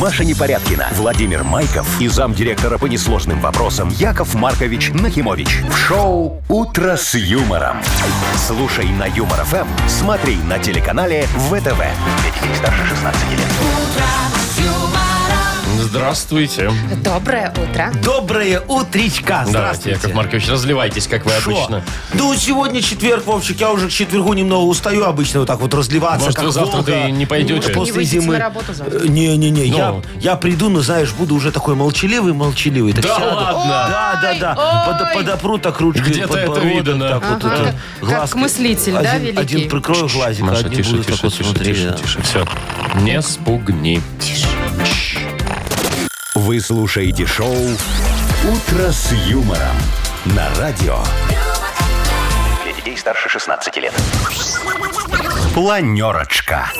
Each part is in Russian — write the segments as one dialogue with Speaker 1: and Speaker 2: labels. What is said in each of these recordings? Speaker 1: Маша Непорядкина, Владимир Майков и замдиректора по несложным вопросам Яков Маркович Нахимович. В шоу «Утро с юмором». Слушай на Юмор ФМ, смотри на телеканале ВТВ. Для детей старше 16 лет.
Speaker 2: Здравствуйте.
Speaker 3: Доброе утро.
Speaker 4: Доброе утречка.
Speaker 2: Здравствуйте,
Speaker 4: Здравствуйте.
Speaker 2: Яков Маркович. Разливайтесь, как вы
Speaker 4: Шо?
Speaker 2: обычно.
Speaker 4: Да вот сегодня четверг, Вовчик, я уже к четвергу немного устаю обычно вот так вот разливаться.
Speaker 2: Может,
Speaker 4: как
Speaker 2: вы завтра
Speaker 4: Волга.
Speaker 2: ты не пойдете?
Speaker 3: Может, не
Speaker 4: После
Speaker 3: выйдете
Speaker 4: зимы.
Speaker 3: на работу завтра?
Speaker 4: Э, Не-не-не, я,
Speaker 2: Ну.
Speaker 4: я приду, но знаешь, буду уже такой молчаливый-молчаливый. Так
Speaker 2: Да
Speaker 4: сяду.
Speaker 2: ладно?
Speaker 4: Да, да, да.
Speaker 3: Ой,
Speaker 4: Под-
Speaker 3: ой.
Speaker 4: подопру так ручкой
Speaker 2: Где-то это
Speaker 4: подбородок,
Speaker 2: видано.
Speaker 4: Так вот
Speaker 3: Ага,
Speaker 4: это,
Speaker 3: как- как мыслитель, да,
Speaker 4: один,
Speaker 3: великий?
Speaker 4: Один прикрою глазик, а
Speaker 2: Маша,
Speaker 4: один
Speaker 2: тише,
Speaker 4: буду так
Speaker 2: тише,
Speaker 4: вот
Speaker 2: тише,
Speaker 4: смотреть,
Speaker 2: тише,
Speaker 4: да.
Speaker 2: тише. Все. Не спугни.
Speaker 1: Вы слушаете шоу «Утро с юмором» на радио. Для детей старше 16 лет. Планерочка.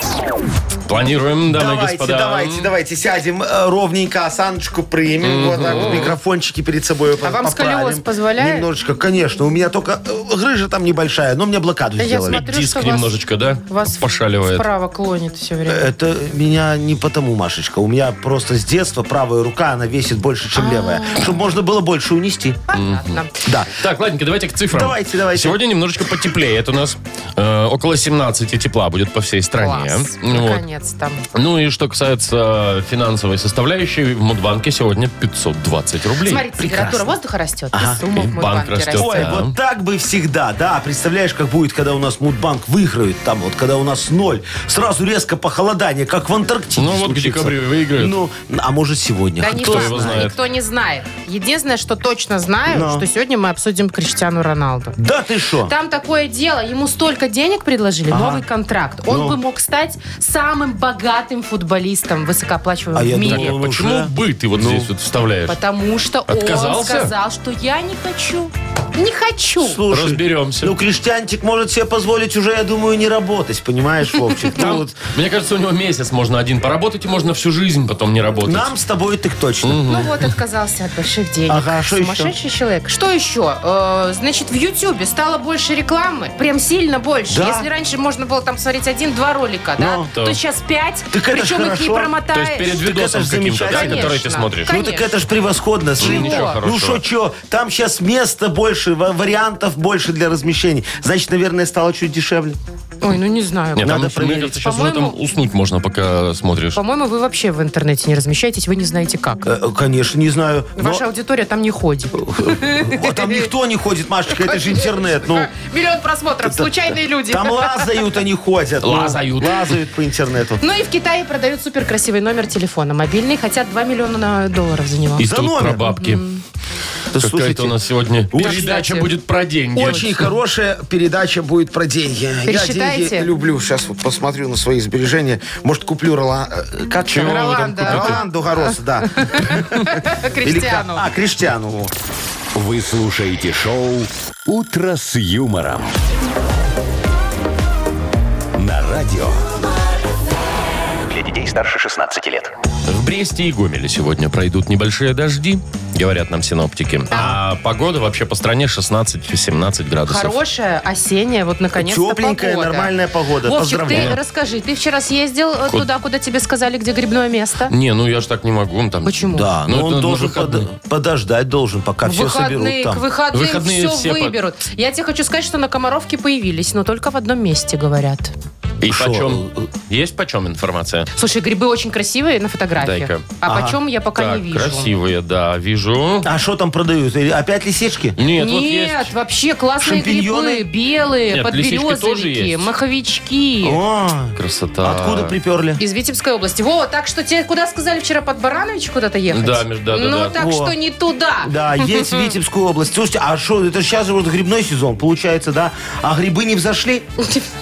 Speaker 2: Планируем, дамы и
Speaker 4: Давайте,
Speaker 2: господа.
Speaker 4: давайте, давайте, сядем э, ровненько, осаночку примем, вот так вот микрофончики перед собой
Speaker 3: А вам
Speaker 4: поправим.
Speaker 3: сколиоз позволяет?
Speaker 4: Немножечко, конечно, у меня только э, грыжа там небольшая, но мне блокаду
Speaker 3: Да я
Speaker 4: сделали.
Speaker 3: смотрю,
Speaker 2: Диск
Speaker 3: что вас-
Speaker 2: немножечко, да?
Speaker 3: Вас
Speaker 2: пошаливает.
Speaker 3: вправо клонит все время.
Speaker 4: Это меня не потому, Машечка. У меня просто с детства правая рука, она весит больше,
Speaker 3: А.
Speaker 4: чем левая. Чтобы можно было больше унести.
Speaker 3: Понятно.
Speaker 4: Да.
Speaker 2: Так, ладненько, давайте к цифрам.
Speaker 4: Давайте, давайте.
Speaker 2: Сегодня немножечко потеплее. Это у нас э, около 17 тепла будет по всей стране.
Speaker 3: Класс.
Speaker 2: Ну вот.
Speaker 3: Наконец-то.
Speaker 2: Ну и что касается финансовой составляющей, в Мудбанке сегодня 520 рублей.
Speaker 3: Смотрите, температура воздуха растет, и сумма
Speaker 2: И банк
Speaker 3: в Мудбанке
Speaker 2: растет.
Speaker 3: растет.
Speaker 4: Ой,
Speaker 2: Да.
Speaker 4: вот так бы всегда, да. Представляешь, как будет, когда у нас Мудбанк выиграет, там вот, когда у нас ноль, сразу резко похолодание, как в Антарктиде
Speaker 2: Ну вот к
Speaker 4: случится.
Speaker 2: декабрю выиграют.
Speaker 4: Ну, а может сегодня.
Speaker 3: Да
Speaker 2: Кто
Speaker 3: не
Speaker 2: его
Speaker 3: важно,
Speaker 2: знает?
Speaker 3: Никто не знает. Единственное, что точно знаю,
Speaker 4: Но.
Speaker 3: что сегодня мы обсудим Криштиану Роналду.
Speaker 4: Да ты что?
Speaker 3: Там такое дело, ему столько денег предложили, новый контракт. Он
Speaker 4: Ну.
Speaker 3: бы мог стать самым богатым футболистом, высокооплачиваемым
Speaker 4: А
Speaker 3: в
Speaker 4: я
Speaker 3: мире.
Speaker 2: Так, а
Speaker 4: Ну,
Speaker 2: почему
Speaker 4: уже. Ну,
Speaker 2: бы ты вот здесь вот вставляешь?
Speaker 3: Потому что он
Speaker 2: Отказался?
Speaker 3: сказал, что я не хочу. Не хочу.
Speaker 4: Слушай,
Speaker 2: Разберемся.
Speaker 4: Ну, Криштиантик может себе позволить уже, я думаю, не работать, понимаешь, Вовчик? Ну,
Speaker 2: Там,
Speaker 4: вот
Speaker 2: Мне кажется, у него месяц можно один поработать, и можно всю жизнь потом не работать.
Speaker 4: Нам с тобой так точно.
Speaker 3: Ну вот, отказался от больших денег.
Speaker 4: Ага, а что еще?
Speaker 3: Сумасшедший человек. Что еще? Э, значит, в Ютьюбе стало больше рекламы. Прям сильно больше.
Speaker 4: Да?
Speaker 3: Если раньше можно было там смотреть один-два ролика, да,
Speaker 4: Ну,
Speaker 3: то,
Speaker 2: то.
Speaker 3: сейчас пять.
Speaker 4: Так это ж
Speaker 3: причем их не
Speaker 4: хорошо.
Speaker 2: То
Speaker 3: промотаешь.
Speaker 2: есть перед видосом
Speaker 4: это же
Speaker 2: каким-то, да,
Speaker 4: замечательно.
Speaker 2: который ты
Speaker 3: Конечно.
Speaker 2: смотришь.
Speaker 3: Конечно.
Speaker 4: Ну так это ж превосходно. Слушай,
Speaker 2: ничего хорошего.
Speaker 4: ну шо, чё, там сейчас места больше, ва- вариантов больше для размещений. Значит, наверное, стало чуть дешевле.
Speaker 3: Ой, ну не знаю.
Speaker 2: Нет, там,
Speaker 4: Надо
Speaker 2: мне
Speaker 4: проверить.
Speaker 2: кажется, сейчас уже там
Speaker 3: По-моему-
Speaker 2: уснуть можно, пока смотришь.
Speaker 3: По-моему, вы вообще в интернете не размещаетесь, вы не знаете как.
Speaker 4: Э, э, Конечно, не знаю. но-
Speaker 3: Ваша аудитория там не ходит.
Speaker 4: Вот там никто не ходит, Машечка, это же интернет. Ну,
Speaker 3: Миллион просмотров,
Speaker 4: Это-
Speaker 3: случайные люди.
Speaker 4: там лазают, они ходят. ну,
Speaker 2: Лазают.
Speaker 4: Лазают по интернету.
Speaker 3: Ну и в Китае продают суперкрасивый номер телефона. Мобильный, хотят 2 миллиона долларов за него.
Speaker 2: И
Speaker 4: За
Speaker 2: тут
Speaker 4: номер.
Speaker 2: про бабки.
Speaker 4: Да,
Speaker 2: Какая-то
Speaker 4: слушайте,
Speaker 2: у нас сегодня
Speaker 4: Очень-
Speaker 2: передача
Speaker 3: Кстати.
Speaker 2: будет про деньги.
Speaker 4: Очень хорошая передача будет про деньги. Я
Speaker 3: Пересчитайте.
Speaker 4: деньги люблю. Сейчас вот посмотрю на свои сбережения. Может, куплю Рола... э, Как там?
Speaker 2: Чего вы там
Speaker 3: Роланда.
Speaker 2: купите?
Speaker 4: Роланду Гароса, да. Или как?
Speaker 3: Кристиану.
Speaker 4: А, Криштиану. во.
Speaker 1: Вы слушаете шоу «Утро с юмором». На радио. Для детей старше 16 лет.
Speaker 2: В Бресте и Гомеле сегодня пройдут небольшие дожди, говорят нам синоптики. А погода вообще по стране 16-17 градусов.
Speaker 3: Хорошая осенняя, вот наконец-то
Speaker 4: Тепленькая,
Speaker 3: погода.
Speaker 4: нормальная погода.
Speaker 3: Вовчик, ты
Speaker 4: Поздравляю.
Speaker 3: расскажи, ты вчера съездил э,
Speaker 2: Куда?
Speaker 3: туда, куда тебе сказали, где грибное место?
Speaker 2: Не, ну я ж так не могу. ну, Там
Speaker 3: Почему?
Speaker 4: Да,
Speaker 2: Ну,
Speaker 4: но
Speaker 2: это на
Speaker 4: он должен
Speaker 2: выходные.
Speaker 4: под- подождать, должен, пока
Speaker 3: В
Speaker 4: все
Speaker 3: выходные,
Speaker 4: соберут
Speaker 3: к
Speaker 4: там.
Speaker 3: выходным
Speaker 2: Выходные
Speaker 3: все,
Speaker 2: все под-
Speaker 3: выберут. Я тебе хочу сказать, что на Комаровке появились, но только в одном месте, говорят.
Speaker 2: И
Speaker 4: Шо?
Speaker 2: почем? Есть почем информация?
Speaker 3: Слушай, грибы очень красивые на фотографиях.
Speaker 2: Дай-ка.
Speaker 3: А почем я пока
Speaker 2: так,
Speaker 3: не вижу.
Speaker 2: красивые, да, вижу.
Speaker 4: А что там продают? Или Опять лисички?
Speaker 2: Нет,
Speaker 3: Нет,
Speaker 2: вот есть.
Speaker 3: вообще классные
Speaker 4: Шампиньоны?
Speaker 3: грибы, белые,
Speaker 2: Нет, лисички тоже
Speaker 3: подберезовики,
Speaker 2: есть.
Speaker 3: маховички.
Speaker 4: О,
Speaker 2: Красота.
Speaker 4: откуда приперли?
Speaker 3: Из Витебской области. Во, так что тебе куда сказали вчера под Баранович куда-то ехать?
Speaker 2: Да, между- да, да,
Speaker 3: Ну
Speaker 2: да.
Speaker 3: так
Speaker 4: Во.
Speaker 3: что не туда.
Speaker 4: Да, есть Витебскую область. Слушайте, а что, это сейчас же вот грибной сезон, получается, да? А грибы не взошли?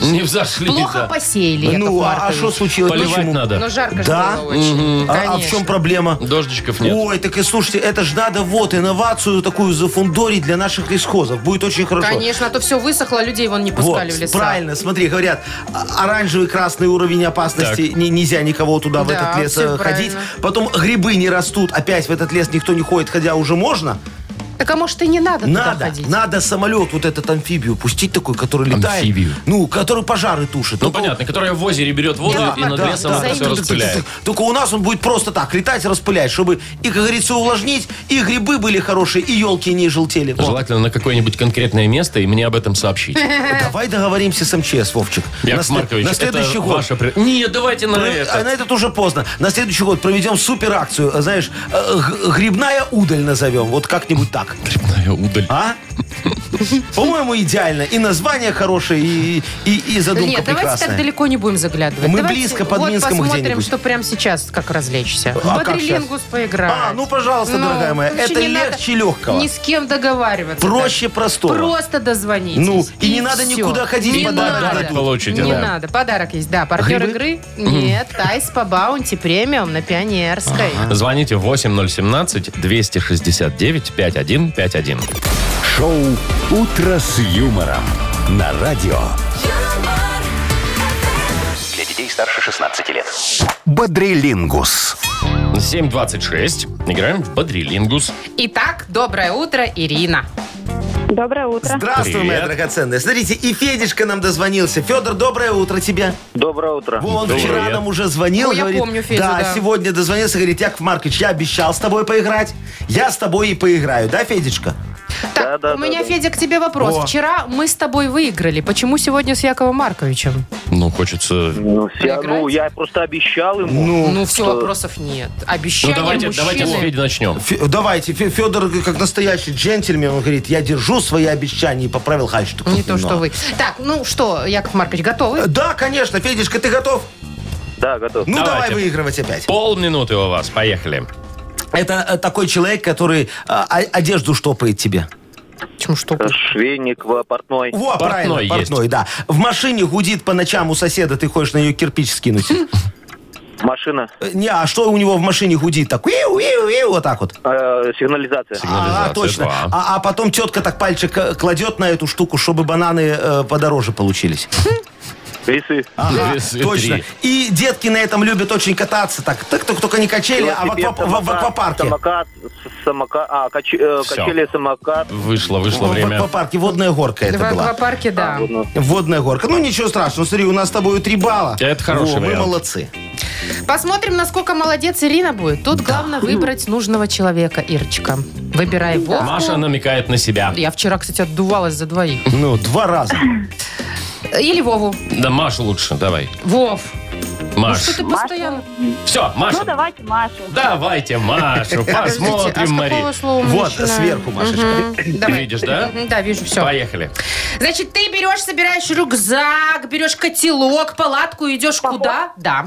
Speaker 2: Не взошли.
Speaker 3: Плохо
Speaker 2: да.
Speaker 3: посеяли, Яков
Speaker 4: ну, а- а
Speaker 3: Маркович.
Speaker 4: что случилось?
Speaker 2: Поливать
Speaker 4: Почему?
Speaker 2: надо.
Speaker 3: Но Ну, жарко же
Speaker 4: Да?
Speaker 3: было очень.
Speaker 4: А- А, в
Speaker 3: Конечно.
Speaker 4: чем проблема?
Speaker 2: Дождичков нет. Ну,
Speaker 4: Ой, так и слушайте, это ж надо вот инновацию такую зафундорить для наших лесхозов. Будет очень хорошо.
Speaker 3: Конечно, а то все высохло, людей вон не
Speaker 4: Вот,
Speaker 3: пускали в леса.
Speaker 4: правильно, смотри, говорят, а- оранжевый, красный уровень опасности, не- нельзя никого туда, в
Speaker 3: Да,
Speaker 4: этот лес
Speaker 3: всё
Speaker 4: э, ходить.
Speaker 3: правильно.
Speaker 4: Потом грибы не растут, опять в этот лес никто не ходит, хотя уже можно.
Speaker 3: Так а может и не надо, туда
Speaker 4: Надо,
Speaker 3: ходить?
Speaker 4: надо самолет, вот этот амфибию пустить такой, который летает.
Speaker 2: Амфибию.
Speaker 4: Ну, который пожары тушит.
Speaker 2: Ну,
Speaker 4: Только он-
Speaker 2: понятно, которая в озере берет воду
Speaker 3: Да,
Speaker 2: и над
Speaker 3: да,
Speaker 2: лесом
Speaker 3: да.
Speaker 2: это все
Speaker 3: Зайду,
Speaker 2: распыляет.
Speaker 4: Только у нас он будет просто так летать, распылять, чтобы и, как говорится, увлажнить, и грибы были хорошие, и елки не желтели. Во.
Speaker 2: Желательно на какое-нибудь конкретное место и мне об этом сообщить.
Speaker 4: Давай договоримся с МЧС, Вовчик. на,
Speaker 2: Яков
Speaker 4: след-
Speaker 2: Маркович,
Speaker 4: на следующий
Speaker 2: это
Speaker 4: год.
Speaker 2: ваша... пре- Нет, давайте на
Speaker 4: Ну, а
Speaker 2: это.
Speaker 4: на этот уже поздно. На следующий год проведем супер акцию. Знаешь, э, г- грибная удаль назовем. Вот как-нибудь так.
Speaker 2: Грибная удаль.
Speaker 4: А? По-моему, идеально. И название хорошее, и, и, и задумка
Speaker 3: Нет, давайте
Speaker 4: прекрасная.
Speaker 3: так далеко не будем заглядывать.
Speaker 4: Мы
Speaker 3: Давайте
Speaker 4: близко, под
Speaker 3: вот
Speaker 4: Минском
Speaker 3: посмотрим,
Speaker 4: где-нибудь.
Speaker 3: что прямо сейчас, как развлечься. В
Speaker 4: А как
Speaker 3: Бодрилингус поиграть.
Speaker 4: А, ну, пожалуйста, дорогая моя,
Speaker 3: вообще
Speaker 4: это
Speaker 3: не надо
Speaker 4: легче легкого.
Speaker 3: Ни с кем договариваться.
Speaker 4: Проще простого.
Speaker 3: Просто дозвонитесь.
Speaker 4: Ну, и не
Speaker 3: всё.
Speaker 4: надо никуда ходить,
Speaker 3: Не
Speaker 4: подарок
Speaker 3: надо.
Speaker 4: дадут.
Speaker 2: Получите,
Speaker 3: Не
Speaker 2: да.
Speaker 3: надо, подарок есть, да. Партнер игры? Нет, Тайс по баунти премиум на Пионерской.
Speaker 2: Звоните 8017-269-5151.
Speaker 1: Шоу «Утро с юмором» на радио.
Speaker 5: юмор,
Speaker 6: Для детей старше 16 лет.
Speaker 1: Бодрилингус.
Speaker 2: 7.26. Играем в Бодрилингус.
Speaker 3: Итак, доброе утро, Ирина.
Speaker 7: Доброе утро.
Speaker 4: Здравствуй,
Speaker 2: Привет.
Speaker 4: моя драгоценная. Смотрите, и Федишка нам дозвонился. Федор, доброе утро тебе.
Speaker 8: Доброе утро.
Speaker 4: Во, Он
Speaker 2: Доброе.
Speaker 4: вчера нам уже звонил.
Speaker 3: О, я
Speaker 4: говорит,
Speaker 3: помню Федю,
Speaker 4: да,
Speaker 3: да.
Speaker 4: сегодня дозвонился, говорит, Яков Маркович, я обещал с тобой поиграть. Я с тобой и поиграю, да, Федечка?
Speaker 3: Так,
Speaker 8: Да-да-да-да.
Speaker 3: у меня, Федя, к тебе вопрос.
Speaker 4: О.
Speaker 3: Вчера мы с тобой выиграли. Почему сегодня с Яковом Марковичем?
Speaker 2: Ну, хочется...
Speaker 8: Ну, я, ну,
Speaker 3: Поиграть?
Speaker 8: я просто обещал ему.
Speaker 3: Ну, все, вопросов нет.
Speaker 2: Ну,
Speaker 3: Обещание
Speaker 2: давайте,
Speaker 3: мужчины.
Speaker 2: давайте с Феди начнем.
Speaker 4: Фе- давайте, Федор, как настоящий джентльмен, он говорит, я держу свои обещания и поправил хальчик.
Speaker 3: Не то, что вы. Так, ну что, Яков Маркович, готовы?
Speaker 4: Да, конечно, Федечка, ты готов?
Speaker 8: Да, готов.
Speaker 4: Ну, давай
Speaker 2: Давайте.
Speaker 4: выигрывать опять.
Speaker 2: Полминуты у вас, поехали.
Speaker 4: Это э, такой человек, который э, а- одежду штопает тебе.
Speaker 3: Чем что?
Speaker 8: Швейник в портной.
Speaker 4: Во,
Speaker 2: Портной есть.
Speaker 4: правильно, портной, да. В машине гудит по ночам у соседа, ты хочешь на ее кирпич скинуть.
Speaker 8: Машина.
Speaker 4: Э, Не, а что у него в машине гудит? Так, «Уиу, уиу, уиу», вот так
Speaker 2: Ну,
Speaker 4: вот.
Speaker 8: э, сигнализация.
Speaker 4: А,
Speaker 2: Сигнализация,
Speaker 4: точно.
Speaker 2: два.
Speaker 4: А, а потом тетка так пальчик э, кладет на эту штуку, чтобы бананы э, подороже получились.
Speaker 8: Весы.
Speaker 2: Весы
Speaker 4: точно.
Speaker 2: три.
Speaker 4: И детки на этом любят очень кататься. Так, так только- только не качели, а в аква-
Speaker 8: Велосипед,
Speaker 4: в- в аквапарке.
Speaker 8: Самокат, с- самока- а, кач- э,
Speaker 2: Всё.
Speaker 8: качели, самокат.
Speaker 2: Вышло, вышло
Speaker 4: В
Speaker 2: время.
Speaker 4: аквапарке водная горка это
Speaker 3: В
Speaker 4: была.
Speaker 3: аквапарке, да.
Speaker 8: А,
Speaker 4: Водная горка. Ну ничего страшного, смотри, у нас с тобой три балла.
Speaker 2: Это хороший
Speaker 4: Во, Мы
Speaker 2: вариант.
Speaker 4: молодцы.
Speaker 3: Посмотрим, насколько молодец Ирина будет. Тут главное выбрать нужного человека, Ирочка. Выбирай Вовку.
Speaker 2: Маша намекает на себя.
Speaker 3: Я вчера, кстати, отдувалась за двоих.
Speaker 4: Ну, два раза.
Speaker 3: Или Вову.
Speaker 2: Да, Маша лучше, давай.
Speaker 3: Вов. Ну
Speaker 2: Маш.
Speaker 3: что ты постоянно...
Speaker 2: Все, Маша.
Speaker 7: Ну, давайте Машу.
Speaker 2: Давайте Машу,
Speaker 3: Подождите, а с
Speaker 2: посмотрим,
Speaker 3: какого
Speaker 2: Мари.
Speaker 3: слова мы
Speaker 4: Вот,
Speaker 3: начинаем?
Speaker 4: сверху, Машечка.
Speaker 3: Мгм, давай.
Speaker 2: Видишь, да?
Speaker 3: Мгм, Да, вижу, все.
Speaker 2: Поехали.
Speaker 3: Значит, ты берешь, собираешь рюкзак, берешь котелок, палатку, и идешь куда? Да.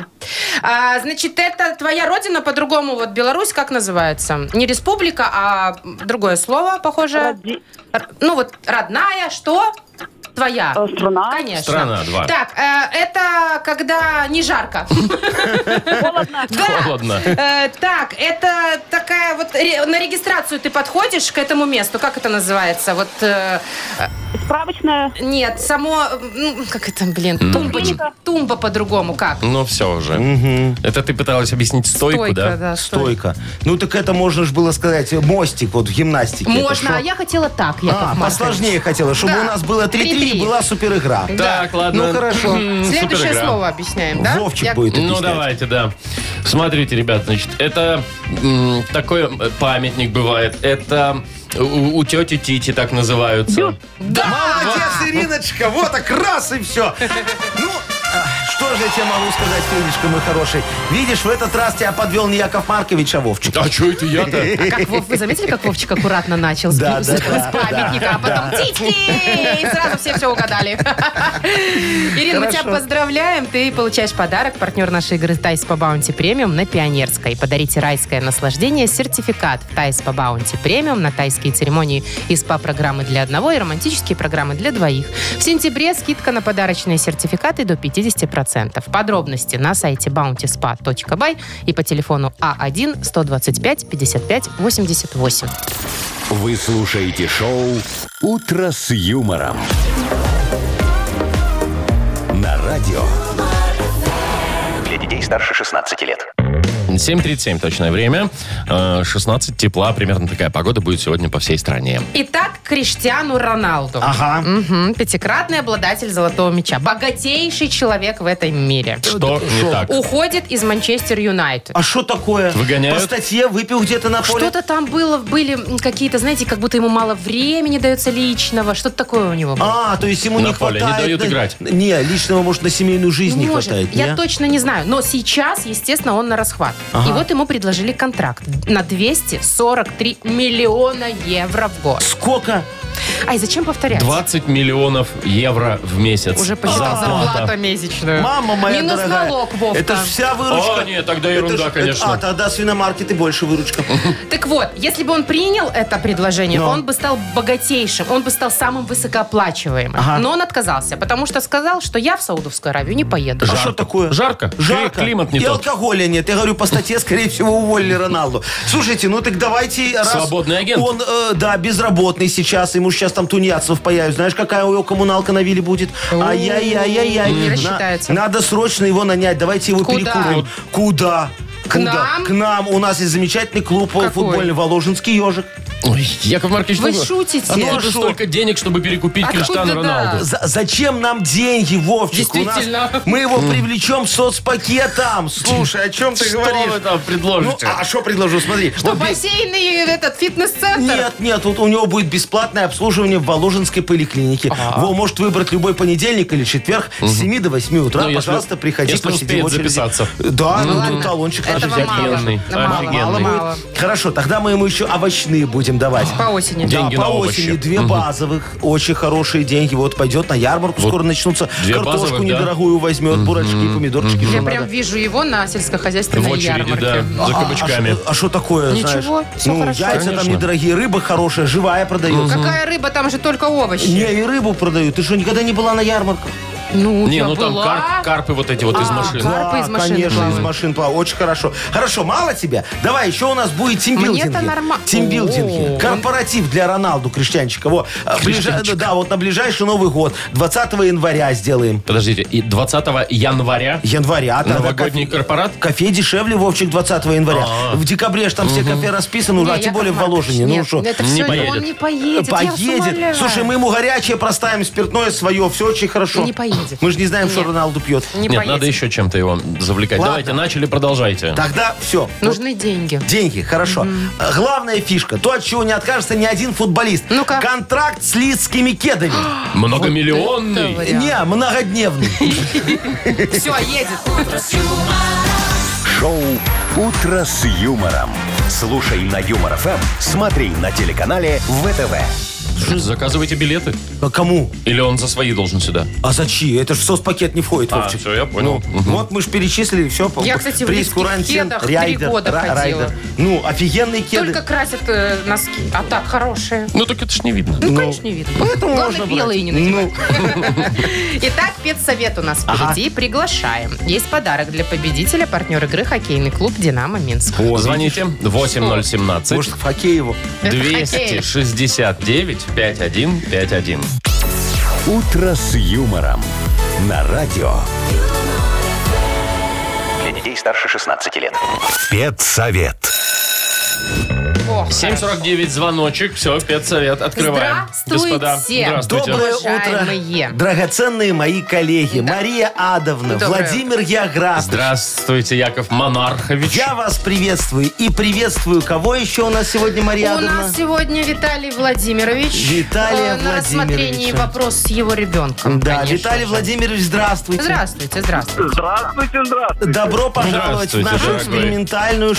Speaker 3: А, значит, это твоя родина, по-другому, вот Беларусь, как называется? Не республика, а другое слово, похоже.
Speaker 7: Роди-
Speaker 3: Р- Ну вот, родная, что? Твоя.
Speaker 7: э, Страна.
Speaker 3: Конечно.
Speaker 2: Страна, два.
Speaker 3: Так, э, это когда не жарко.
Speaker 7: Холодно.
Speaker 3: Да.
Speaker 2: Холодно.
Speaker 3: Э, Так, это такая вот ре- на регистрацию ты подходишь к этому месту, как это называется? Вот э,
Speaker 7: Справочная.
Speaker 3: нет, само ну, как это, блин, тумбочка, тумба по-другому как?
Speaker 2: Ну, все уже. Это ты пыталась объяснить стойку, да?
Speaker 3: стойка.
Speaker 4: Стойка. Ну так это можно же было сказать э, мостик вот в гимнастике. Это
Speaker 3: Можно,
Speaker 4: шо?
Speaker 3: а я хотела так, Яков
Speaker 4: А,
Speaker 3: Маркович.
Speaker 4: посложнее хотела, чтобы
Speaker 3: Да.
Speaker 4: у нас было 3-3
Speaker 3: 3-3.
Speaker 4: и была супер игра.
Speaker 2: Так, ладно.
Speaker 4: Ну хорошо.
Speaker 2: М,
Speaker 3: Следующее
Speaker 2: суперигра.
Speaker 3: слово объясняем, да?
Speaker 4: Вовчик
Speaker 3: Я-
Speaker 4: будет
Speaker 2: Ну,
Speaker 4: объяснять.
Speaker 2: давайте, да. Смотрите, ребят, значит, это м, такой э, памятник бывает. Это у, у тети Тити так называются.
Speaker 3: Да!
Speaker 4: Молодец, Ириночка, вот так раз и все. Ну, а, что же я тебе могу сказать, Федечка, мой хороший? Видишь, в этот раз тебя подвел не Яков Маркович, а Вовчик.
Speaker 2: А что это я-то?
Speaker 3: А как Вов, вы заметили, как Вовчик аккуратно начал с,
Speaker 4: Да,
Speaker 3: с
Speaker 4: да,
Speaker 3: этого,
Speaker 4: да,
Speaker 3: с памятника, а потом титьки! И сразу все все угадали. Ирина, мы тебя поздравляем. Ты получаешь подарок. Партнер нашей игры «Тайс по баунти премиум» на Пионерской. Подарите райское наслаждение сертификат в «Тайс по баунти премиум» на тайские церемонии и СПА-программы для одного и романтические программы для двоих. В сентябре скидка на подарочные сертификаты до 50%. Подробности на сайте bountyspa.by и по телефону А А1-125-55-88.
Speaker 1: Вы слушаете шоу «Утро с юмором». На радио.
Speaker 6: Для детей старше 16 лет.
Speaker 2: 7.37 точное время. Э, 16 тепла. Примерно такая погода будет сегодня по всей стране.
Speaker 3: Итак, Криштиану Роналду.
Speaker 4: Ага.
Speaker 3: Мгм, пятикратный обладатель золотого мяча. Богатейший человек в этом мире.
Speaker 2: Что не так?
Speaker 3: Уходит из Манчестер Юнайтед.
Speaker 4: А что такое?
Speaker 2: Выгоняют?
Speaker 4: По статье выпил где-то на поле.
Speaker 3: Что-то там было, были м, какие-то, знаете, как будто ему мало времени дается личного. Что-то такое у него было.
Speaker 4: А, то есть ему
Speaker 2: На
Speaker 4: не
Speaker 2: поле не
Speaker 4: хватает...
Speaker 2: дают
Speaker 4: на-
Speaker 2: играть. Ну,
Speaker 4: Не, личного, может, на семейную жизнь не
Speaker 3: Может,
Speaker 4: хватает.
Speaker 3: я
Speaker 4: не?
Speaker 3: точно не знаю. Но сейчас, естественно, он на расхват.
Speaker 4: Ага.
Speaker 3: И вот ему предложили контракт на 243 миллиона евро в год.
Speaker 4: Сколько?
Speaker 3: Ай, зачем повторять?
Speaker 2: 20 миллионов евро в месяц.
Speaker 3: Уже посчитал
Speaker 2: Зарплата.
Speaker 3: зарплату месячную.
Speaker 4: Мама моя
Speaker 3: Минус
Speaker 4: дорогая.
Speaker 3: налог, Вовка.
Speaker 4: Это ж вся выручка.
Speaker 2: А, нет, тогда
Speaker 4: Это
Speaker 2: ерунда,
Speaker 4: ж- это-
Speaker 2: конечно.
Speaker 4: А, тогда свиномаркеты больше выручка. А
Speaker 3: Так вот, если бы он принял это предложение,
Speaker 4: Но.
Speaker 3: он бы стал богатейшим, он бы стал самым высокооплачиваемым.
Speaker 4: Ага.
Speaker 3: Но он отказался, потому что сказал, что я в Саудовскую Аравию не поеду.
Speaker 4: А что такое?
Speaker 2: Жарко.
Speaker 4: Жарко.
Speaker 2: Кли- климат не
Speaker 4: И
Speaker 2: тот.
Speaker 4: алкоголя нет. Я говорю, по статье, скорее всего, уволили Роналду. Слушайте, ну так давайте... раз
Speaker 2: Свободный агент.
Speaker 4: Он, э, да, безработный сейчас. Ему сейчас там тунеядцев появится. Знаешь, какая у него коммуналка на вилле будет? Ай-яй-яй-яй-яй.
Speaker 3: Не
Speaker 4: На-
Speaker 3: рассчитаются.
Speaker 4: Надо срочно его нанять. Давайте его
Speaker 3: Куда?
Speaker 4: перекупим. Куда?
Speaker 3: К
Speaker 4: Куда?
Speaker 3: нам?
Speaker 4: К нам. У нас есть замечательный клуб э,
Speaker 3: Какой?
Speaker 4: футбольный Воложенский ежик.
Speaker 2: Ой, Яков Маркович,
Speaker 3: Вы
Speaker 2: ну,
Speaker 3: шутите?
Speaker 2: а ну, это
Speaker 4: Шо?
Speaker 2: столько денег, чтобы перекупить
Speaker 3: Откуда
Speaker 2: Криштиану
Speaker 3: А да?
Speaker 2: Роналду.
Speaker 4: За- зачем нам деньги, Вовчик? У нас-
Speaker 3: Действительно.
Speaker 4: мы его привлечем соцпакетом. Слушай, о чем ты
Speaker 2: Что
Speaker 4: говоришь?
Speaker 2: вы там
Speaker 4: Ну,
Speaker 2: предложите?
Speaker 4: а что предложу? Смотри.
Speaker 3: Что,
Speaker 4: вот бе-
Speaker 3: бассейн и этот фитнес-центр?
Speaker 4: ну, Нет, нет, вот у него будет бесплатное обслуживание в Воложенской поликлинике. Во, может выбрать любой понедельник или четверг с 7 до 8 утра.
Speaker 2: Ну, если-
Speaker 4: Пожалуйста, приходи,
Speaker 2: если
Speaker 4: посиди в
Speaker 2: успеет
Speaker 4: очереди.
Speaker 2: записаться.
Speaker 4: Да, ну, тут талончик наш
Speaker 3: Этого
Speaker 4: взять.
Speaker 3: мало.
Speaker 2: Офигенный,
Speaker 3: Мало,
Speaker 2: офигенный.
Speaker 3: мало, мало.
Speaker 4: Хорошо, тогда мы ему еще овощные будем давать.
Speaker 3: По осени.
Speaker 2: День- Деньги
Speaker 4: да,
Speaker 2: на
Speaker 4: А, по
Speaker 2: овощи.
Speaker 4: осени две базовых, очень хорошие деньги. Вот пойдет на ярмарку, скоро начнутся.
Speaker 2: две
Speaker 4: Картошку
Speaker 2: базовых, да.
Speaker 4: недорогую возьмет, бурачки, помидорчики.
Speaker 3: Я
Speaker 4: что
Speaker 3: прям
Speaker 4: надо.
Speaker 3: вижу его на
Speaker 2: В
Speaker 3: сельскохозяйственной
Speaker 2: очереди,
Speaker 3: ярмарке.
Speaker 2: да, за кабачками.
Speaker 4: А что такое,
Speaker 3: Ничего,
Speaker 4: знаешь?
Speaker 3: всё
Speaker 4: ну,
Speaker 3: хорошо.
Speaker 4: яйца
Speaker 2: Конечно.
Speaker 4: там недорогие, рыба хорошая, живая продается.
Speaker 3: Какая рыба, там же только овощи.
Speaker 4: Не, и рыбу продают. Ты что, никогда не была на ярмарках?
Speaker 3: Ну,
Speaker 2: Не,
Speaker 3: я
Speaker 2: ну там
Speaker 3: была.
Speaker 2: карп- карпы вот эти вот из
Speaker 3: А,
Speaker 2: машины.
Speaker 3: да. Карпы из машин
Speaker 4: конечно,
Speaker 3: плавают.
Speaker 4: из машин плавают. Очень хорошо. Хорошо, мало тебе? Давай, еще у нас будет тимбилдинги.
Speaker 3: Мне-то норма-
Speaker 4: Тимбилдинги.
Speaker 3: О,
Speaker 4: Корпоратив для Роналду Крещанчика. Во, а, ближа- Да, вот на ближайший Новый год, 20 января сделаем.
Speaker 2: Подождите, и 20 января
Speaker 4: Января. тогда
Speaker 2: новогодний
Speaker 4: кофе-
Speaker 2: корпорат?
Speaker 4: Кофе дешевле, Вовчик, 20 января.
Speaker 2: А.
Speaker 4: В декабре ж там все кофе расписаны, уже, а
Speaker 3: Не,
Speaker 4: тем
Speaker 3: Яков
Speaker 4: более в
Speaker 3: Маркович,
Speaker 4: Воложине. Ну
Speaker 3: нет,
Speaker 4: что?
Speaker 3: Это
Speaker 2: Не
Speaker 3: все,
Speaker 2: поедет.
Speaker 3: он не поедет. я вас умоляю.
Speaker 4: Поедет. Слушай, мы ему горячее проставим, спиртное свое, все очень хорошо.
Speaker 3: Не поедет.
Speaker 4: Мы же не знаем, что
Speaker 3: Нет.
Speaker 4: Роналду пьет.
Speaker 3: Не
Speaker 2: Нет,
Speaker 3: поедет.
Speaker 2: надо еще чем-то его завлекать.
Speaker 4: Ладно.
Speaker 2: Давайте, начали, продолжайте.
Speaker 4: Тогда все.
Speaker 3: Нужны деньги.
Speaker 4: Деньги, хорошо. А Главная фишка, то, от чего не откажется ни один футболист.
Speaker 3: Ну-ка.
Speaker 4: Контракт с лидскими кедами.
Speaker 2: Многомиллионный.
Speaker 3: Давай.
Speaker 4: не, многодневный.
Speaker 3: Все, едет.
Speaker 1: Шоу «Утро с юмором». Слушай на Юмор ФМ, смотри на телеканале ВТВ.
Speaker 2: Заказывайте билеты.
Speaker 4: А кому?
Speaker 2: Или он за свои должен сюда?
Speaker 4: А зачем? Это же в соцпакет не входит,
Speaker 2: А,
Speaker 4: Вовчик.
Speaker 2: всё, я понял.
Speaker 4: Ну, Вот мы же перечислили все.
Speaker 3: Я, кстати, в
Speaker 4: приз,
Speaker 3: лидских
Speaker 4: Курантин,
Speaker 3: кедах три
Speaker 4: райдер,
Speaker 3: года
Speaker 4: ра-
Speaker 3: ходила.
Speaker 4: райдер. Ну, офигенные кеды.
Speaker 3: Только красят э, носки. А так, хорошие.
Speaker 2: Ну так это ж не видно.
Speaker 3: Ну, конечно, не видно.
Speaker 4: Поэтому
Speaker 3: Главное,
Speaker 4: можно брать.
Speaker 3: белые не надевать.
Speaker 4: Ну,
Speaker 3: Итак, спецсовет у нас впереди. Приглашаем. Есть подарок для победителя, партнер игры, хоккейный клуб «Динамо Минск».
Speaker 2: Звоните
Speaker 4: может,
Speaker 2: 8017
Speaker 4: в Факееву.
Speaker 2: 269 5151.
Speaker 1: «Утро с юмором» на радио.
Speaker 6: Для детей старше 16 лет.
Speaker 1: Спецсовет.
Speaker 3: О,
Speaker 2: 749 звоночек. Все, спецсовет открываем.
Speaker 3: Здравствуйте.
Speaker 2: Господа, здравствуйте.
Speaker 4: Доброе
Speaker 3: Уважаемые.
Speaker 4: утро, драгоценные мои коллеги. Мария Адовна,
Speaker 3: Доброе
Speaker 4: Владимир Яграф.
Speaker 2: Здравствуйте, Яков Монархович.
Speaker 4: Я вас приветствую и приветствую кого еще у нас сегодня, Мария
Speaker 3: У
Speaker 4: Адовна?
Speaker 3: нас сегодня Виталий Владимирович.
Speaker 4: Виталия
Speaker 3: Э, На рассмотрении
Speaker 4: Владимировича.
Speaker 3: вопрос с его ребенком.
Speaker 4: Да,
Speaker 3: конечно
Speaker 4: Виталий
Speaker 3: же.
Speaker 4: Владимирович, здравствуйте.
Speaker 3: Здравствуйте, здравствуйте.
Speaker 8: Здравствуйте, здравствуйте.
Speaker 4: Добро пожаловать в
Speaker 2: Здравствуйте,
Speaker 4: нашу
Speaker 2: дорогой.
Speaker 4: экспериментальную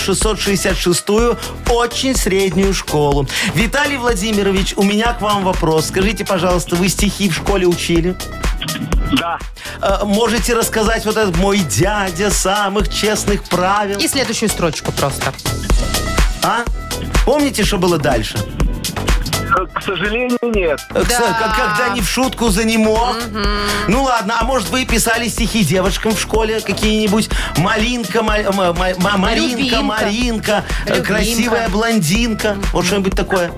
Speaker 4: 666-ю очень среднюю школу. Виталий Владимирович, у меня к вам вопрос. Скажите, пожалуйста, вы стихи в школе учили?
Speaker 8: Да.
Speaker 4: Э, Можете рассказать вот этот мой дядя самых честных правил?
Speaker 3: И следующую строчку просто.
Speaker 4: А? Помните, что было дальше?
Speaker 8: К к сожалению, нет.
Speaker 4: Э, к-
Speaker 3: Да.
Speaker 4: к- Когда не в шутку за не мог. Ну ладно, а может вы писали стихи девочкам в школе какие-нибудь? Малинка, ма- ма- ма- ма- Маринка,
Speaker 3: Любимка.
Speaker 4: Маринка, э,
Speaker 3: Любимка.
Speaker 4: красивая блондинка. Вот что-нибудь такое.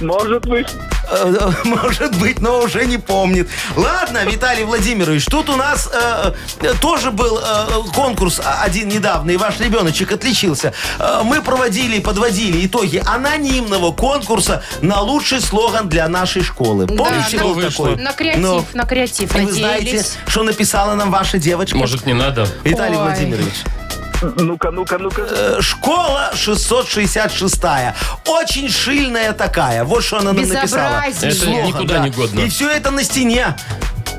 Speaker 8: Может быть.
Speaker 4: Э, Может быть, но уже не помнит. Ладно, Виталий Владимирович, тут у нас э, э, тоже был э, конкурс один недавно, и ваш ребеночек отличился. Э, Мы проводили и подводили итоги анонимного конкурса на лучший слоган для нашей школы. Помните,
Speaker 3: да,
Speaker 4: был
Speaker 2: вышло.
Speaker 4: такой?
Speaker 3: На креатив,
Speaker 4: Ну,
Speaker 3: на креатив.
Speaker 4: и вы знаете,
Speaker 3: надеялись.
Speaker 4: что написала нам ваша девочка?
Speaker 2: Может, не надо?
Speaker 4: Виталий
Speaker 3: Ой.
Speaker 4: Владимирович.
Speaker 8: Ну-ка, ну-ка, ну-ка.
Speaker 4: Э, Школа 666. Очень шильная такая. Вот что она нам написала.
Speaker 3: Безобразие.
Speaker 2: Это
Speaker 4: Слоган,
Speaker 2: никуда
Speaker 4: да.
Speaker 2: не годно.
Speaker 4: И все это на стене.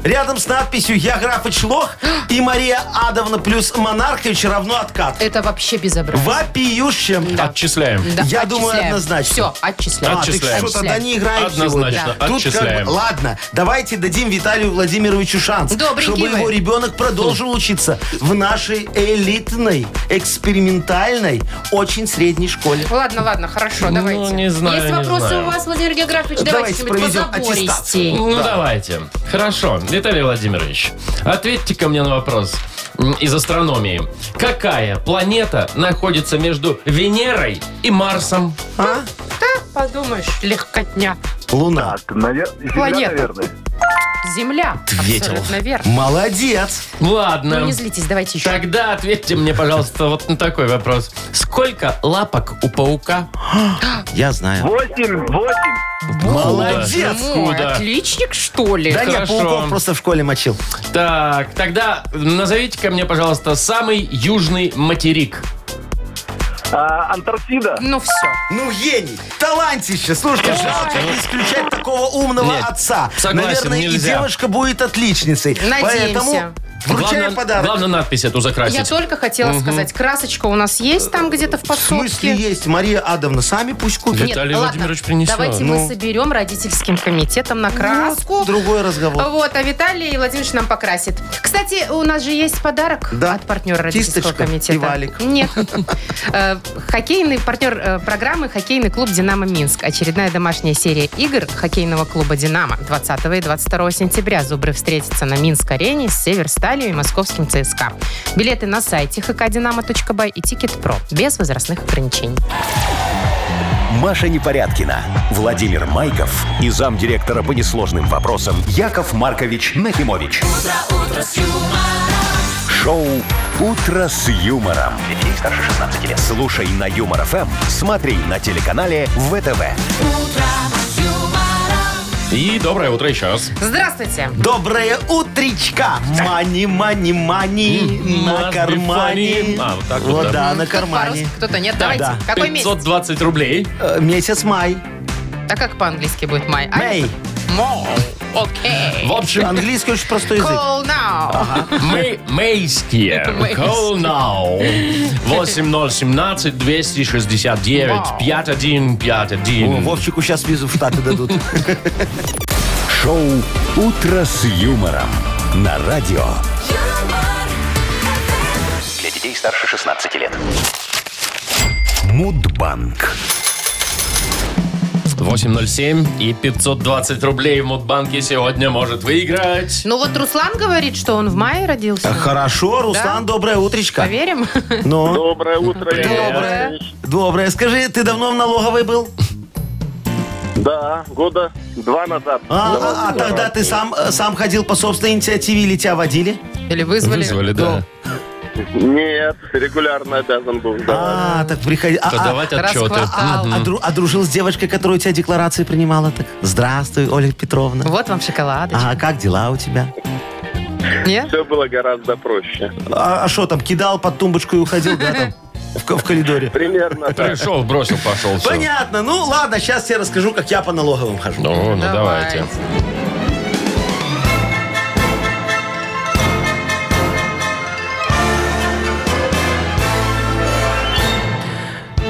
Speaker 4: Рядом с надписью «Я граф и члох» и Мария Адовна плюс Монархович равно откат.
Speaker 3: Это вообще безобразие.
Speaker 4: Вопиющим.
Speaker 2: Отчисляем.
Speaker 3: Да,
Speaker 4: Я думаю,
Speaker 3: отчисляем.
Speaker 4: однозначно.
Speaker 3: Все, отчисляем.
Speaker 4: А, так
Speaker 2: Отчисляем.
Speaker 4: что тогда не играем
Speaker 2: Однозначно,
Speaker 4: сегодня. Тут как бы-
Speaker 2: отчисляем.
Speaker 4: ладно, давайте дадим Виталию Владимировичу шанс,
Speaker 3: Добренький
Speaker 4: чтобы
Speaker 3: вы.
Speaker 4: его ребенок продолжил учиться в нашей элитной, экспериментальной, очень средней школе.
Speaker 3: Ладно, ладно, хорошо,
Speaker 2: Ну,
Speaker 3: давайте.
Speaker 2: не знаю,
Speaker 3: Есть
Speaker 2: не
Speaker 3: вопросы
Speaker 2: знаю.
Speaker 3: у вас, Владимир Географович? Давайте,
Speaker 4: Ну, Давайте
Speaker 3: что-нибудь
Speaker 4: проведем
Speaker 3: позабористей.
Speaker 4: аттестацию.
Speaker 2: Ну, давайте. Хорошо. Виталий Владимирович, ответьте-ка мне на вопрос м, из астрономии. Какая планета находится между Венерой и Марсом?
Speaker 4: А?
Speaker 3: Подумаешь, легкотня.
Speaker 4: Луна.
Speaker 8: Так, навер- Земля,
Speaker 3: Планета.
Speaker 8: наверное.
Speaker 3: Земля.
Speaker 4: Ответил.
Speaker 3: Абсолютно верно.
Speaker 4: Молодец.
Speaker 2: Ладно.
Speaker 3: Ну, не злитесь, давайте еще.
Speaker 2: Тогда ответьте мне, пожалуйста, вот на такой вопрос. Сколько лапок у паука?
Speaker 4: Я знаю.
Speaker 8: Восемь, восемь.
Speaker 4: Молодец.
Speaker 3: Ой,
Speaker 2: Куда?
Speaker 3: отличник, что ли?
Speaker 4: Да нет,
Speaker 2: Хорошо.
Speaker 4: пауков просто в школе мочил.
Speaker 2: Так, тогда назовите ко мне, пожалуйста, самый южный материк.
Speaker 8: А, Антарктида.
Speaker 3: Ну, все.
Speaker 4: Ну, гений, талантище. Слушайте, жалко исключать такого умного
Speaker 2: Нет,
Speaker 4: отца.
Speaker 2: согласен,
Speaker 4: Наверное,
Speaker 2: нельзя.
Speaker 4: и девушка будет отличницей.
Speaker 3: Надеемся.
Speaker 4: Поэтому вручаем
Speaker 2: Главное,
Speaker 4: подарок.
Speaker 2: главное надпись эту закрасить.
Speaker 3: Я только хотела сказать, красочка у нас есть там где-то в
Speaker 4: В смысле
Speaker 3: подсобке?
Speaker 4: есть? Мария Адовна, сами пусть купит.
Speaker 3: Нет,
Speaker 2: Виталий
Speaker 3: ладно,
Speaker 2: Владимирович принесет.
Speaker 3: Давайте
Speaker 2: Ну.
Speaker 3: мы соберем родительским комитетом на краску.
Speaker 4: Ну, другой разговор.
Speaker 3: Вот, а Виталий Владимирович нам покрасит. Кстати, у нас же есть подарок
Speaker 4: Да.
Speaker 3: от партнера родительского
Speaker 4: Кисточка и
Speaker 3: комитета.
Speaker 4: валик.
Speaker 3: Нет. Э, Хоккейный партнер э, программы хоккейный клуб «Динамо Минск». Очередная домашняя серия игр хоккейного клуба «Динамо». 20 и 22 сентября «Зубры» встретятся на Минск-арене с «Северсталью» и московским ЦСКА. Билеты на сайте hkdinamo.by и «Тикет.Про» без возрастных ограничений.
Speaker 1: Маша Непорядкина, Владимир Майков и замдиректора по несложным вопросам Яков Маркович Нахимович. Шоу Утро с юмором. Для детей старше 16 лет. Слушай на юмор ФМ, смотри на телеканале ВТВ.
Speaker 2: И доброе утро еще раз.
Speaker 3: Здравствуйте.
Speaker 4: Доброе утречка. Мани, мани, мани.
Speaker 2: М,
Speaker 4: На
Speaker 2: must be
Speaker 4: кармане.
Speaker 2: funny. А, вот так вот, да.
Speaker 4: да, на
Speaker 3: Кто-то
Speaker 4: кармане.
Speaker 3: по-русски, Кто-то нет. Давайте.
Speaker 4: да.
Speaker 3: Какой месяц?
Speaker 2: 520 рублей.
Speaker 4: Э, Месяц май.
Speaker 3: Так как по-английски будет май? А,
Speaker 4: Мэй.
Speaker 3: Мол. Окей.
Speaker 2: В общем,
Speaker 4: Английский очень простой язык.
Speaker 3: Call now.
Speaker 2: мы мейские.
Speaker 3: Мейские.
Speaker 2: Call now. 8017 269
Speaker 3: Вау.
Speaker 2: 5151.
Speaker 4: О, Вовчику сейчас визу в Штаты дадут.
Speaker 1: Шоу Утро с юмором на радио.
Speaker 6: Для детей старше 16 лет.
Speaker 1: Мудбанк.
Speaker 2: 807 и 520 рублей в Мудбанке сегодня может выиграть.
Speaker 3: Ну вот Руслан говорит, что он в мае родился.
Speaker 4: Хорошо, Руслан, доброе утречко.
Speaker 3: Поверим?
Speaker 4: Ну,
Speaker 8: Доброе утро.
Speaker 2: Э,
Speaker 4: доброе. Доброе. Скажи, ты давно в налоговой был?
Speaker 8: Да, года два назад.
Speaker 4: А, а- а тогда ты сам, э, сам ходил по собственной инициативе или тебя водили?
Speaker 3: Или вызвали?
Speaker 4: ну,
Speaker 2: да.
Speaker 8: Нет, регулярно обязан был.
Speaker 4: А, так приходи. А, а,
Speaker 2: Подавать отчеты.
Speaker 3: Расквартал.
Speaker 4: а- а дру- а дружил с девочкой, которая у тебя декларации принимала? Так, здравствуй, Ольга Петровна.
Speaker 3: Вот вам шоколадочка.
Speaker 4: А как дела у тебя?
Speaker 3: Нет?
Speaker 8: Все было гораздо проще.
Speaker 4: А что там, кидал под тумбочку и уходил, да, там, в, ко- в коридоре?
Speaker 8: Примерно так.
Speaker 2: Пришел, бросил, пошел. всё.
Speaker 4: Понятно. Ну, ладно, сейчас тебе расскажу, как я по налоговым хожу.
Speaker 2: Ну, ну давайте.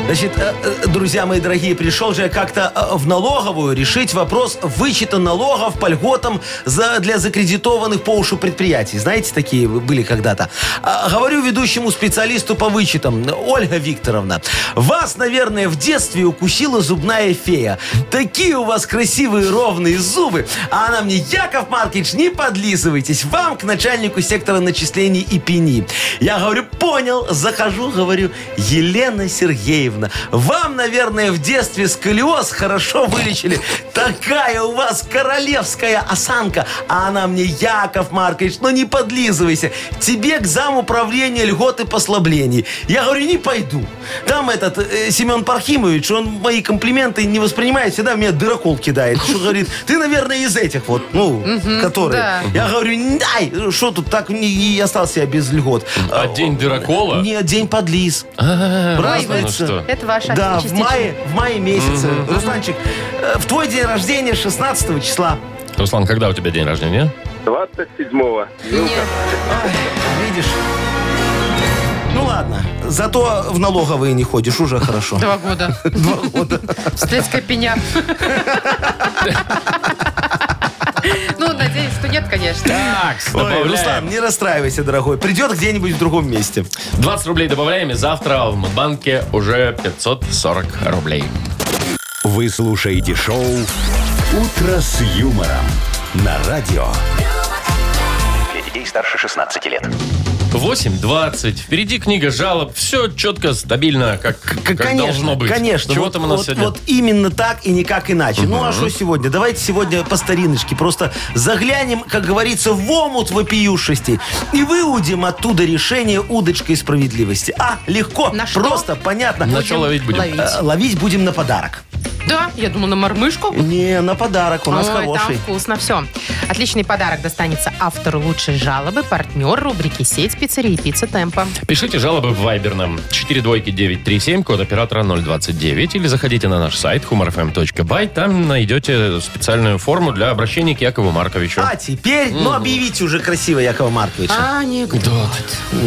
Speaker 4: Значит, э, э, друзья мои дорогие, пришел же я как-то э, в налоговую решить вопрос вычета налогов по льготам за, для закредитованных по ушу предприятий. Знаете, такие вы- были когда-то. А, говорю ведущему специалисту по вычетам, Ольга Викторовна, вас, наверное, в детстве укусила зубная фея. Такие у вас красивые ровные зубы. А она мне, Яков Маркич, не подлизывайтесь, вам к начальнику сектора начислений и пени. Я говорю, понял, захожу, говорю, Елена Сергеевна, Марковна, вам, наверное, в детстве сколиоз хорошо вылечили. Такая у вас королевская осанка. А она мне, Яков Маркович, ну не подлизывайся. Тебе к замуправления льгот и послаблений. Я говорю, не пойду. Там этот э, Семен Пархимович, он мои комплименты не воспринимает, всегда в меня дырокол кидает. Что говорит, ты, наверное, из этих вот, ну, которые.
Speaker 3: да.
Speaker 4: Я говорю, ай, что тут так, не, и остался я без льгот.
Speaker 2: А день дырокола?
Speaker 4: Нет, день подлиз.
Speaker 2: А,
Speaker 4: Празднуется.
Speaker 2: вот оно что.
Speaker 3: Это ваша
Speaker 4: Да, в
Speaker 3: частично.
Speaker 4: мае, в мае месяце. Русланчик, э, в твой день рождения 16 числа.
Speaker 2: Руслан, когда у тебя день рождения?
Speaker 8: 27-го.
Speaker 3: Нет.
Speaker 4: Ай, видишь? Ну ладно, зато в налоговые не ходишь, уже хорошо.
Speaker 3: Два года.
Speaker 4: Два года.
Speaker 3: Стрельская пеня. Ну, надеюсь, что нет, конечно.
Speaker 2: Так,
Speaker 4: Ой, Руслан, не расстраивайся, дорогой. Придет где-нибудь в другом месте.
Speaker 2: 20 рублей добавляем, и завтра в Мудбанке уже 540 рублей.
Speaker 1: Вы слушаете шоу «Утро с юмором» на радио.
Speaker 6: Для детей старше 16 лет.
Speaker 2: 8.20. Впереди книга жалоб. Все четко, стабильно, как, как должно быть.
Speaker 4: Конечно.
Speaker 2: Чего
Speaker 4: вот,
Speaker 2: там у нас
Speaker 4: вот-
Speaker 2: сегодня?
Speaker 4: вот именно так и никак иначе. Ну а что сегодня? Давайте сегодня по стариночке просто заглянем, как говорится, в омут вопиюшести и выудим оттуда решение удочкой справедливости. А, легко,
Speaker 3: На что?
Speaker 4: просто, понятно.
Speaker 2: На чё ловить будем?
Speaker 3: Ловить.
Speaker 4: Э, Ловить будем на подарок.
Speaker 3: Да, я думала, на мормышку.
Speaker 4: Не, на подарок, у нас
Speaker 3: Ой,
Speaker 4: хороший.
Speaker 3: там вкусно все. Отличный подарок достанется автору лучшей жалобы, партнер рубрики «Сеть пиццерии Пицца Темпа».
Speaker 2: Пишите жалобы в Viber нам 42937, код оператора 029, или заходите на наш сайт humorfm.by, там найдете специальную форму для обращения к Якову Марковичу.
Speaker 4: А теперь, ну объявите уже красиво Якова Марковича.
Speaker 3: А, не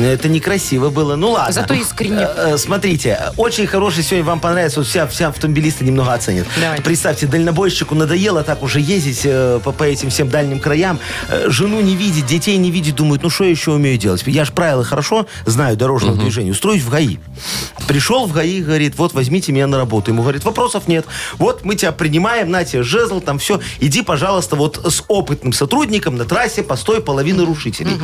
Speaker 4: Это некрасиво было. Ну ладно.
Speaker 3: Зато искренне.
Speaker 4: Э, э, Смотрите, очень хороший сегодня вам понравится. Вот вся, вся автомобилисты немного оценят.
Speaker 3: Давай.
Speaker 4: Представьте, дальнобойщику надоело так уже ездить э, по, по этим всем дальним краям. Э, жену не видит, детей не видит. Думает, ну что я еще умею делать? Я же правила хорошо знаю дорожного движения. Устроюсь в ГАИ. Пришел в ГАИ, говорит, вот возьмите меня на работу. Ему говорит, вопросов нет. Вот мы тебя принимаем, на тебе жезл, там все. Иди, пожалуйста, вот с опытным сотрудником на трассе постой половины рушителей.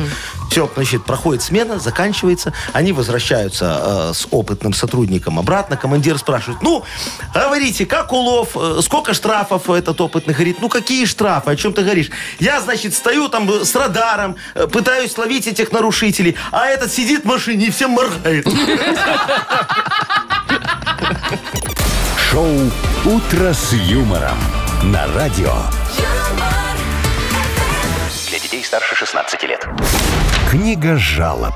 Speaker 4: Все, значит, проходит смена, заканчивается. Они возвращаются э, с опытным сотрудником обратно. Командир спрашивает, ну, говорите, как улов, э, сколько штрафов этот опытный говорит? Ну, какие штрафы, о чем ты говоришь? Я, значит, стою там э, с радаром, э, пытаюсь ловить этих нарушителей, а этот сидит в машине и всем моргает.
Speaker 1: Шоу «Утро с юмором» на радио.
Speaker 6: Для детей старше 16 лет.
Speaker 1: Книга жалоб.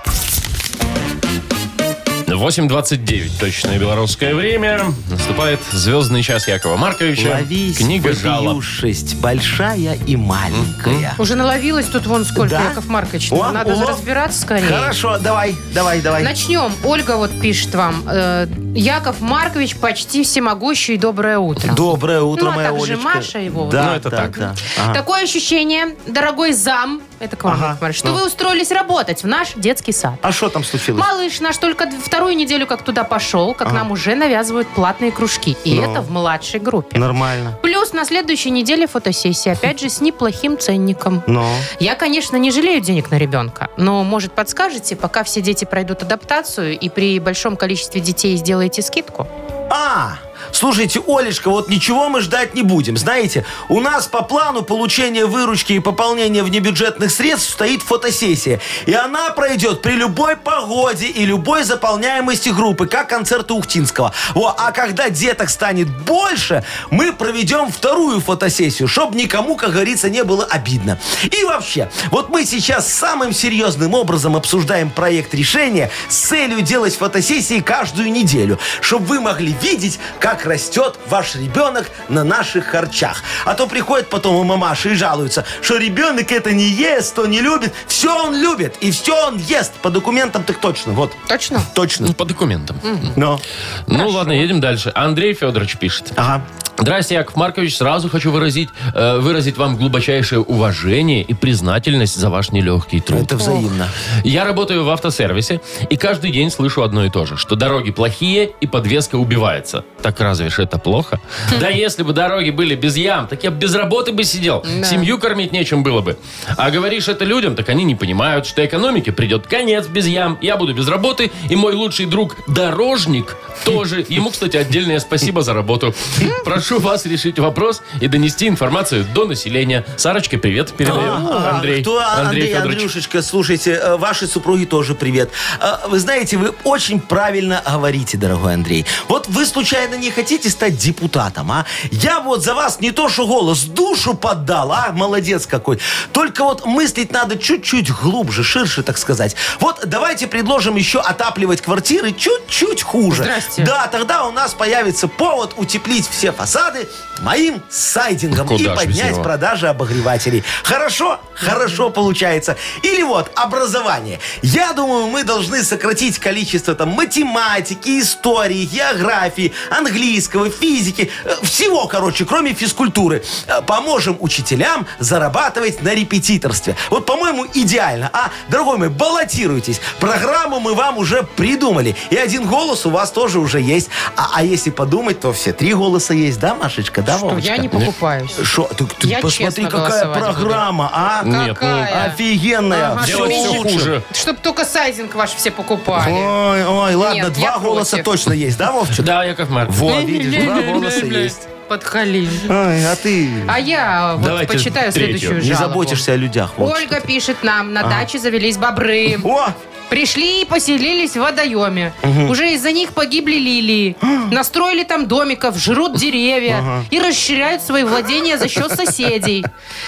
Speaker 2: 8.29, точное белорусское время. Наступает звездный час Якова Марковича.
Speaker 4: Ловись,
Speaker 2: Книга жалоб.
Speaker 4: вопиюшесть, большая и маленькая.
Speaker 3: Уже наловилась тут вон сколько,
Speaker 4: Да?
Speaker 3: Яков Маркович.
Speaker 4: О,
Speaker 3: Надо
Speaker 4: улов.
Speaker 3: разбираться скорее.
Speaker 4: Хорошо, давай, давай, давай.
Speaker 3: Начнем. Ольга вот пишет вам. э, Яков Маркович почти всемогущий. Доброе утро.
Speaker 4: Доброе утро,
Speaker 3: Ну, а
Speaker 4: моя
Speaker 3: также
Speaker 4: Олечка.
Speaker 3: Маша его. А.
Speaker 4: Да,
Speaker 2: Ну, это
Speaker 4: да,
Speaker 2: так.
Speaker 4: да. Ага.
Speaker 3: Такое ощущение, дорогой зам, это к вам,
Speaker 4: Ага,
Speaker 3: Яков Маркович, что
Speaker 4: ну.
Speaker 3: вы устроились работать в наш детский сад.
Speaker 4: А что там случилось?
Speaker 3: Малыш наш только д- вторую неделю как туда пошел, как нам уже навязывают платные кружки. И
Speaker 4: Ну.
Speaker 3: это в младшей группе.
Speaker 4: Нормально.
Speaker 3: Плюс на следующей неделе фотосессия, опять же, с неплохим ценником.
Speaker 4: Но.
Speaker 3: Я, конечно, не жалею денег на ребенка, но, может, подскажете, пока все дети пройдут адаптацию и при большом количестве детей сделаете скидку?
Speaker 4: А, слушайте, Олечка, вот ничего мы ждать не будем. Знаете, у нас по плану получения выручки и пополнения внебюджетных средств стоит фотосессия. И она пройдет при любой погоде и любой заполняемости группы, как концерты Ухтинского. Во, а когда деток станет больше, мы проведем вторую фотосессию, чтобы никому, как говорится, не было обидно. И вообще, вот мы сейчас самым серьезным образом обсуждаем проект решения с целью делать фотосессии каждую неделю, чтобы вы могли видеть, как растет ваш ребенок на наших харчах. А то приходят потом и мамаши и жалуются, что ребенок это не ест, то не любит. Все он любит и все он ест. По документам так точно. Вот,
Speaker 3: Точно?
Speaker 4: точно.
Speaker 2: Ну, По документам.
Speaker 4: Но.
Speaker 2: Ну ладно, едем дальше. Андрей Федорович пишет.
Speaker 4: Ага.
Speaker 2: Здрасте, Яков Маркович. Сразу хочу выразить, э, выразить вам глубочайшее уважение и признательность за ваш нелегкий труд.
Speaker 4: Это взаимно.
Speaker 2: Я работаю в автосервисе и каждый день слышу одно и то же, что дороги плохие и подвеска убивается. Так разве ж это плохо? Да если бы дороги были без ям, так я б без работы бы сидел, семью кормить нечем было бы. А говоришь это людям, так они не понимают, что экономике придет конец без ям, я буду без работы, и мой лучший друг дорожник тоже. Ему, кстати, отдельное спасибо за работу. Прошу вас решить вопрос и донести информацию до населения. Сарочке привет передаем.
Speaker 4: А,
Speaker 2: Андрей,
Speaker 4: кто, а,
Speaker 2: Андрей
Speaker 4: Андрей,
Speaker 2: Федорович.
Speaker 4: Андрюшечка, слушайте, э, вашей супруге тоже привет. А, Вы знаете, вы очень правильно говорите, дорогой Андрей. Вот вы случайно не хотите стать депутатом, а? Я вот за вас не то что голос, душу поддал, а? Молодец какой. Только вот мыслить надо чуть-чуть глубже, ширше, так сказать. Вот давайте предложим еще отапливать квартиры чуть-чуть хуже.
Speaker 3: Здрасте.
Speaker 4: Да, тогда у нас появится повод утеплить все фасады моим сайдингом
Speaker 2: Куда ж
Speaker 4: и
Speaker 2: без
Speaker 4: поднять
Speaker 2: него?
Speaker 4: продажи обогревателей. Хорошо? Хорошо получается. Или вот, образование. Я думаю, мы должны сократить количество там математики, истории, географии, английского, физики, э, всего, короче, кроме физкультуры. Э, Поможем учителям зарабатывать на репетиторстве. Вот, по-моему, идеально. А, дорогой мой, баллотируйтесь. Программу мы вам уже придумали. И один голос у вас тоже уже есть. А, а если подумать, то все три голоса есть, да, Машечка? Да,
Speaker 3: Что, я
Speaker 4: Вовочка?
Speaker 3: не покупаюсь.
Speaker 4: Шо, ты, ты
Speaker 3: Я
Speaker 4: посмотри,
Speaker 3: честно
Speaker 4: какая
Speaker 3: голосовать буду.
Speaker 4: программа, а?
Speaker 2: Нет, ну,
Speaker 3: Какая?
Speaker 4: Офигенная.
Speaker 3: Ага,
Speaker 4: всё
Speaker 2: делать все
Speaker 4: лучше.
Speaker 2: хуже.
Speaker 3: Чтоб только сайдинг ваш все покупали.
Speaker 4: Ой, ой, ладно,
Speaker 3: Нет, я
Speaker 4: два голоса
Speaker 3: против.
Speaker 4: точно есть, да, Вовчик?
Speaker 2: Да, Яков Маркович.
Speaker 4: Во, видишь, два голоса есть.
Speaker 3: Подхалим.
Speaker 4: Ой, а ты
Speaker 3: А я вот
Speaker 2: Давайте
Speaker 3: почитаю
Speaker 2: третью.
Speaker 3: следующую
Speaker 4: не
Speaker 3: жалобу.
Speaker 4: заботишься о людях. вот
Speaker 3: Ольга пишет нам, на даче завелись бобры.
Speaker 4: что. О,
Speaker 3: Пришли и поселились в водоеме. Уже из-за них погибли лилии. Настроили там домиков, жрут деревья и расширяют свои владения за счет соседей.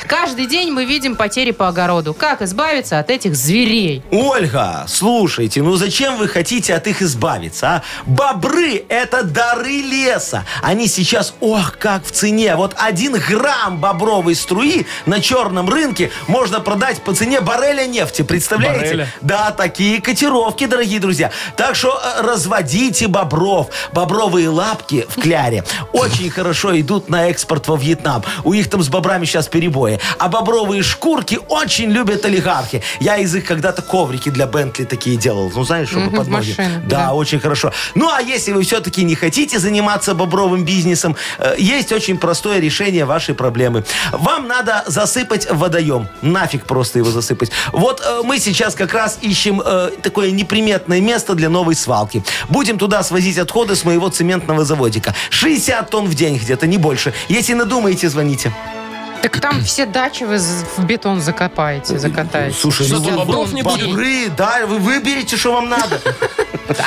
Speaker 3: Каждый день мы видим потери по огороду. Как избавиться от этих зверей?
Speaker 4: Ольга, слушайте, ну зачем вы хотите от их избавиться, а? Бобры – это дары леса. Они сейчас, ох, как в цене. Вот один грамм бобровой струи на черном рынке можно продать по цене барреля нефти. Представляете?
Speaker 2: Барреля.
Speaker 4: Да, такие котировки, дорогие друзья. Так что э, разводите бобров. Бобровые лапки в кляре очень хорошо идут на экспорт во Вьетнам. У них там с бобрами сейчас перебои. А бобровые шкурки очень любят олигархи. Я из их когда-то коврики для Бентли такие делал. Ну, знаешь, чтобы
Speaker 3: Мгм,
Speaker 4: под
Speaker 3: в
Speaker 4: ноги.
Speaker 3: машину,
Speaker 4: Да,
Speaker 3: да.
Speaker 4: очень хорошо. Ну, а если вы все-таки не хотите заниматься бобровым бизнесом, э, есть очень простое решение вашей проблемы. Вам надо засыпать водоем. Нафиг просто его засыпать. Вот э, мы сейчас как раз ищем э, такое неприметное место для новой свалки. Будем туда свозить отходы с моего цементного заводика. 60 тонн в день где-то, не больше. Если надумаете, звоните.
Speaker 3: Так там все дачи вы з- в бетон закопаете, закатаете.
Speaker 4: Слушай,
Speaker 2: Что,
Speaker 4: ну,
Speaker 2: там бобров не будет?
Speaker 4: бобры, да, вы выберете, что вам надо.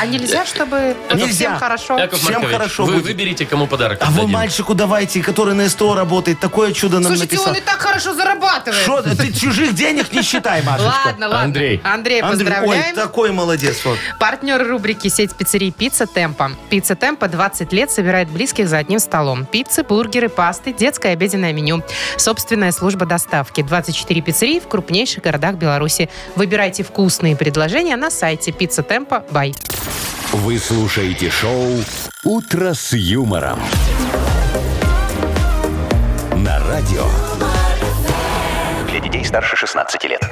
Speaker 3: А нельзя, чтобы вот
Speaker 4: Нельзя.
Speaker 3: всем хорошо?
Speaker 2: Яков
Speaker 4: Всем
Speaker 2: Маркович,
Speaker 4: хорошо
Speaker 2: вы
Speaker 4: будет.
Speaker 2: выберите, кому подарок
Speaker 4: А вы
Speaker 2: отдадим.
Speaker 4: мальчику давайте, который на СТО работает, такое чудо нам
Speaker 3: Слушайте,
Speaker 4: написал.
Speaker 3: он и так хорошо зарабатывает.
Speaker 4: Что ты, ты чужих денег не считай, Машечка.
Speaker 3: Ладно, ладно.
Speaker 2: Андрей.
Speaker 3: Андрей,
Speaker 4: Андрей,
Speaker 3: поздравляем.
Speaker 4: Ой, такой молодец. Вот.
Speaker 3: Партнер рубрики «Сеть пиццерий Пицца Темпа». Пицца Темпа 20 лет собирает близких за одним столом. Пиццы, бургеры, пасты, детское обеденное меню. Собственная служба доставки. 24 пиццерии в крупнейших городах Беларуси. Выбирайте вкусные предложения на сайте «Пицца Темпа. Бай».
Speaker 1: Вы слушаете шоу «Утро с юмором». На радио.
Speaker 6: Для детей старше 16 лет.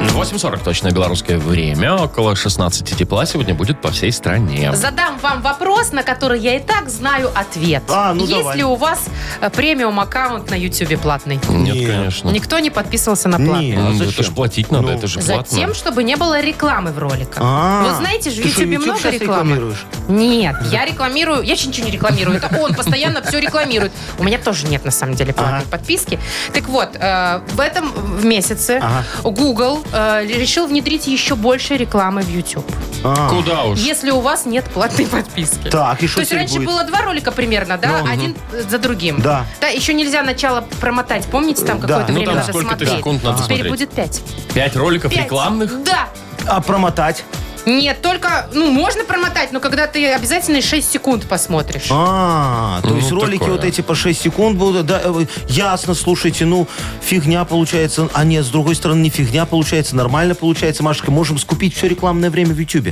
Speaker 2: 8.40 точно белорусское время. Около 16 тепла сегодня будет по всей стране.
Speaker 3: Задам вам вопрос, на который я и так знаю ответ.
Speaker 4: А, ну
Speaker 3: Есть
Speaker 4: давай.
Speaker 3: ли у вас э, премиум-аккаунт на YouTube платный?
Speaker 2: Нет,
Speaker 4: Нет.
Speaker 2: конечно.
Speaker 3: Никто не подписывался на платный?
Speaker 4: Не,
Speaker 2: Ну,
Speaker 4: а
Speaker 2: это
Speaker 4: зачем?
Speaker 2: же платить надо,
Speaker 4: Ну.
Speaker 2: это же платно.
Speaker 3: Затем, чтобы не было рекламы в роликах.
Speaker 4: А,
Speaker 3: Вот знаете же, в
Speaker 4: ты что,
Speaker 3: Ютубе
Speaker 4: YouTube
Speaker 3: много
Speaker 4: щас
Speaker 3: рекламы.
Speaker 4: рекламируешь?
Speaker 3: Нет, я рекламирую, я еще ничего не рекламирую. Это он постоянно все рекламирует. У меня тоже нет, на самом деле, платной подписки. Так вот, э, в этом в месяце
Speaker 4: Ага.
Speaker 3: Google э, решил внедрить еще больше рекламы в YouTube.
Speaker 4: А,
Speaker 2: Куда уж?
Speaker 3: Если у вас нет платной подписки.
Speaker 4: Так, и
Speaker 3: То
Speaker 4: что
Speaker 3: есть
Speaker 4: теперь
Speaker 3: раньше
Speaker 4: будет? Ну,
Speaker 3: было два ролика примерно, да? Один э, за другим.
Speaker 4: Да.
Speaker 3: Да, еще нельзя начало промотать. Помните, там
Speaker 4: Да.
Speaker 3: какое-то
Speaker 4: Ну,
Speaker 2: Ну
Speaker 3: время
Speaker 2: там
Speaker 3: надо
Speaker 2: сколько-то
Speaker 3: смотреть. А.
Speaker 2: секунд надо
Speaker 3: Теперь
Speaker 2: смотреть.
Speaker 3: будет пять.
Speaker 2: Пять роликов
Speaker 3: Пять.
Speaker 2: рекламных?
Speaker 3: Да.
Speaker 4: А промотать?
Speaker 3: Нет, только, ну, можно промотать, но когда ты обязательно 6 секунд посмотришь.
Speaker 4: А, то
Speaker 2: Ну,
Speaker 4: есть ролики
Speaker 2: такое.
Speaker 4: вот эти по 6 секунд будут, да, э, ясно, слушайте, ну, фигня получается, а нет, с другой стороны, не фигня получается, нормально получается, Машка, можем скупить все рекламное время в Ютьюбе.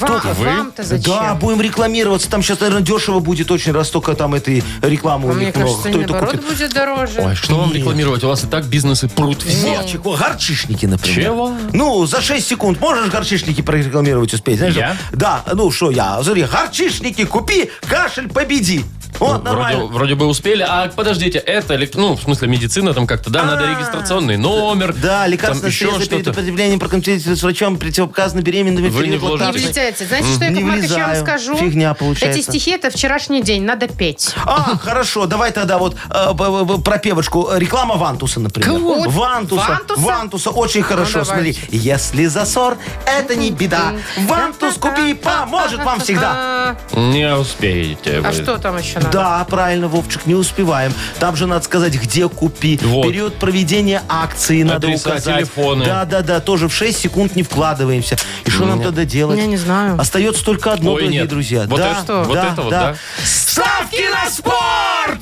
Speaker 3: Вам-
Speaker 4: Столько...
Speaker 3: Вам-то зачем?
Speaker 4: Да, будем рекламироваться, там сейчас, наверное, дешево будет очень, раз только там этой рекламы
Speaker 3: А
Speaker 4: у
Speaker 3: Мне
Speaker 4: них много.
Speaker 3: кажется,
Speaker 4: Кто это
Speaker 3: наоборот
Speaker 4: купит?
Speaker 3: будет дороже.
Speaker 2: Ой, что вам
Speaker 4: Нет.
Speaker 2: рекламировать? У вас и так бизнесы прут все.
Speaker 4: Вовчик, о, горчишники, например.
Speaker 2: Чего?
Speaker 4: Ну, за 6 секунд можешь горчишники прорекламировать успеть? Знаешь,
Speaker 2: Я?
Speaker 4: Да, ну что я? Смотри, горчишники купи, кашель победи. Вот,
Speaker 2: Ну, Вроде,
Speaker 4: нормально.
Speaker 2: вроде бы успели. А подождите, это, элек- ну, в смысле, медицина там как-то, да, надо
Speaker 4: А,
Speaker 2: регистрационный номер.
Speaker 4: Да,
Speaker 2: там
Speaker 4: лекарственное
Speaker 2: еще
Speaker 4: средство перед
Speaker 2: что-то.
Speaker 4: употреблением проконсультироваться с врачом, противопоказано беременными. в
Speaker 2: Вы не
Speaker 4: период
Speaker 2: вложитесь.
Speaker 3: Не
Speaker 4: лактации.
Speaker 3: влетаете. Знаете, что я,
Speaker 4: Не
Speaker 3: Яков Маркович, я вам
Speaker 4: влезаю.
Speaker 3: скажу?
Speaker 4: Фигня получается.
Speaker 3: Эти стихи – это вчерашний день, надо петь.
Speaker 4: А, хорошо, давай тогда вот э, б- б- пропевочку. Реклама Вантуса, например.
Speaker 3: Кого?
Speaker 4: Вантуса.
Speaker 3: Вантуса?
Speaker 4: Вантуса. очень хорошо,
Speaker 3: давайте.
Speaker 4: смотри. Если засор, это не беда. Вантус купи, поможет вам всегда.
Speaker 2: Не успеете вы.
Speaker 3: А что там еще надо?
Speaker 4: Да, правильно, Вовчик, не успеваем. Там же надо сказать, где купи.
Speaker 2: Вот.
Speaker 4: Период проведения акции надо
Speaker 2: Адреса,
Speaker 4: указать.
Speaker 2: телефоны.
Speaker 4: Да, да, да, тоже в 6 секунд не вкладываемся. И что нам тогда делать?
Speaker 3: Я не знаю.
Speaker 4: Остается только одно,
Speaker 2: Ну. Ой,
Speaker 4: дорогие
Speaker 2: нет.
Speaker 4: друзья.
Speaker 2: Вот
Speaker 4: да,
Speaker 2: это- Что? вот это вот, да.
Speaker 4: Ставки на спорт!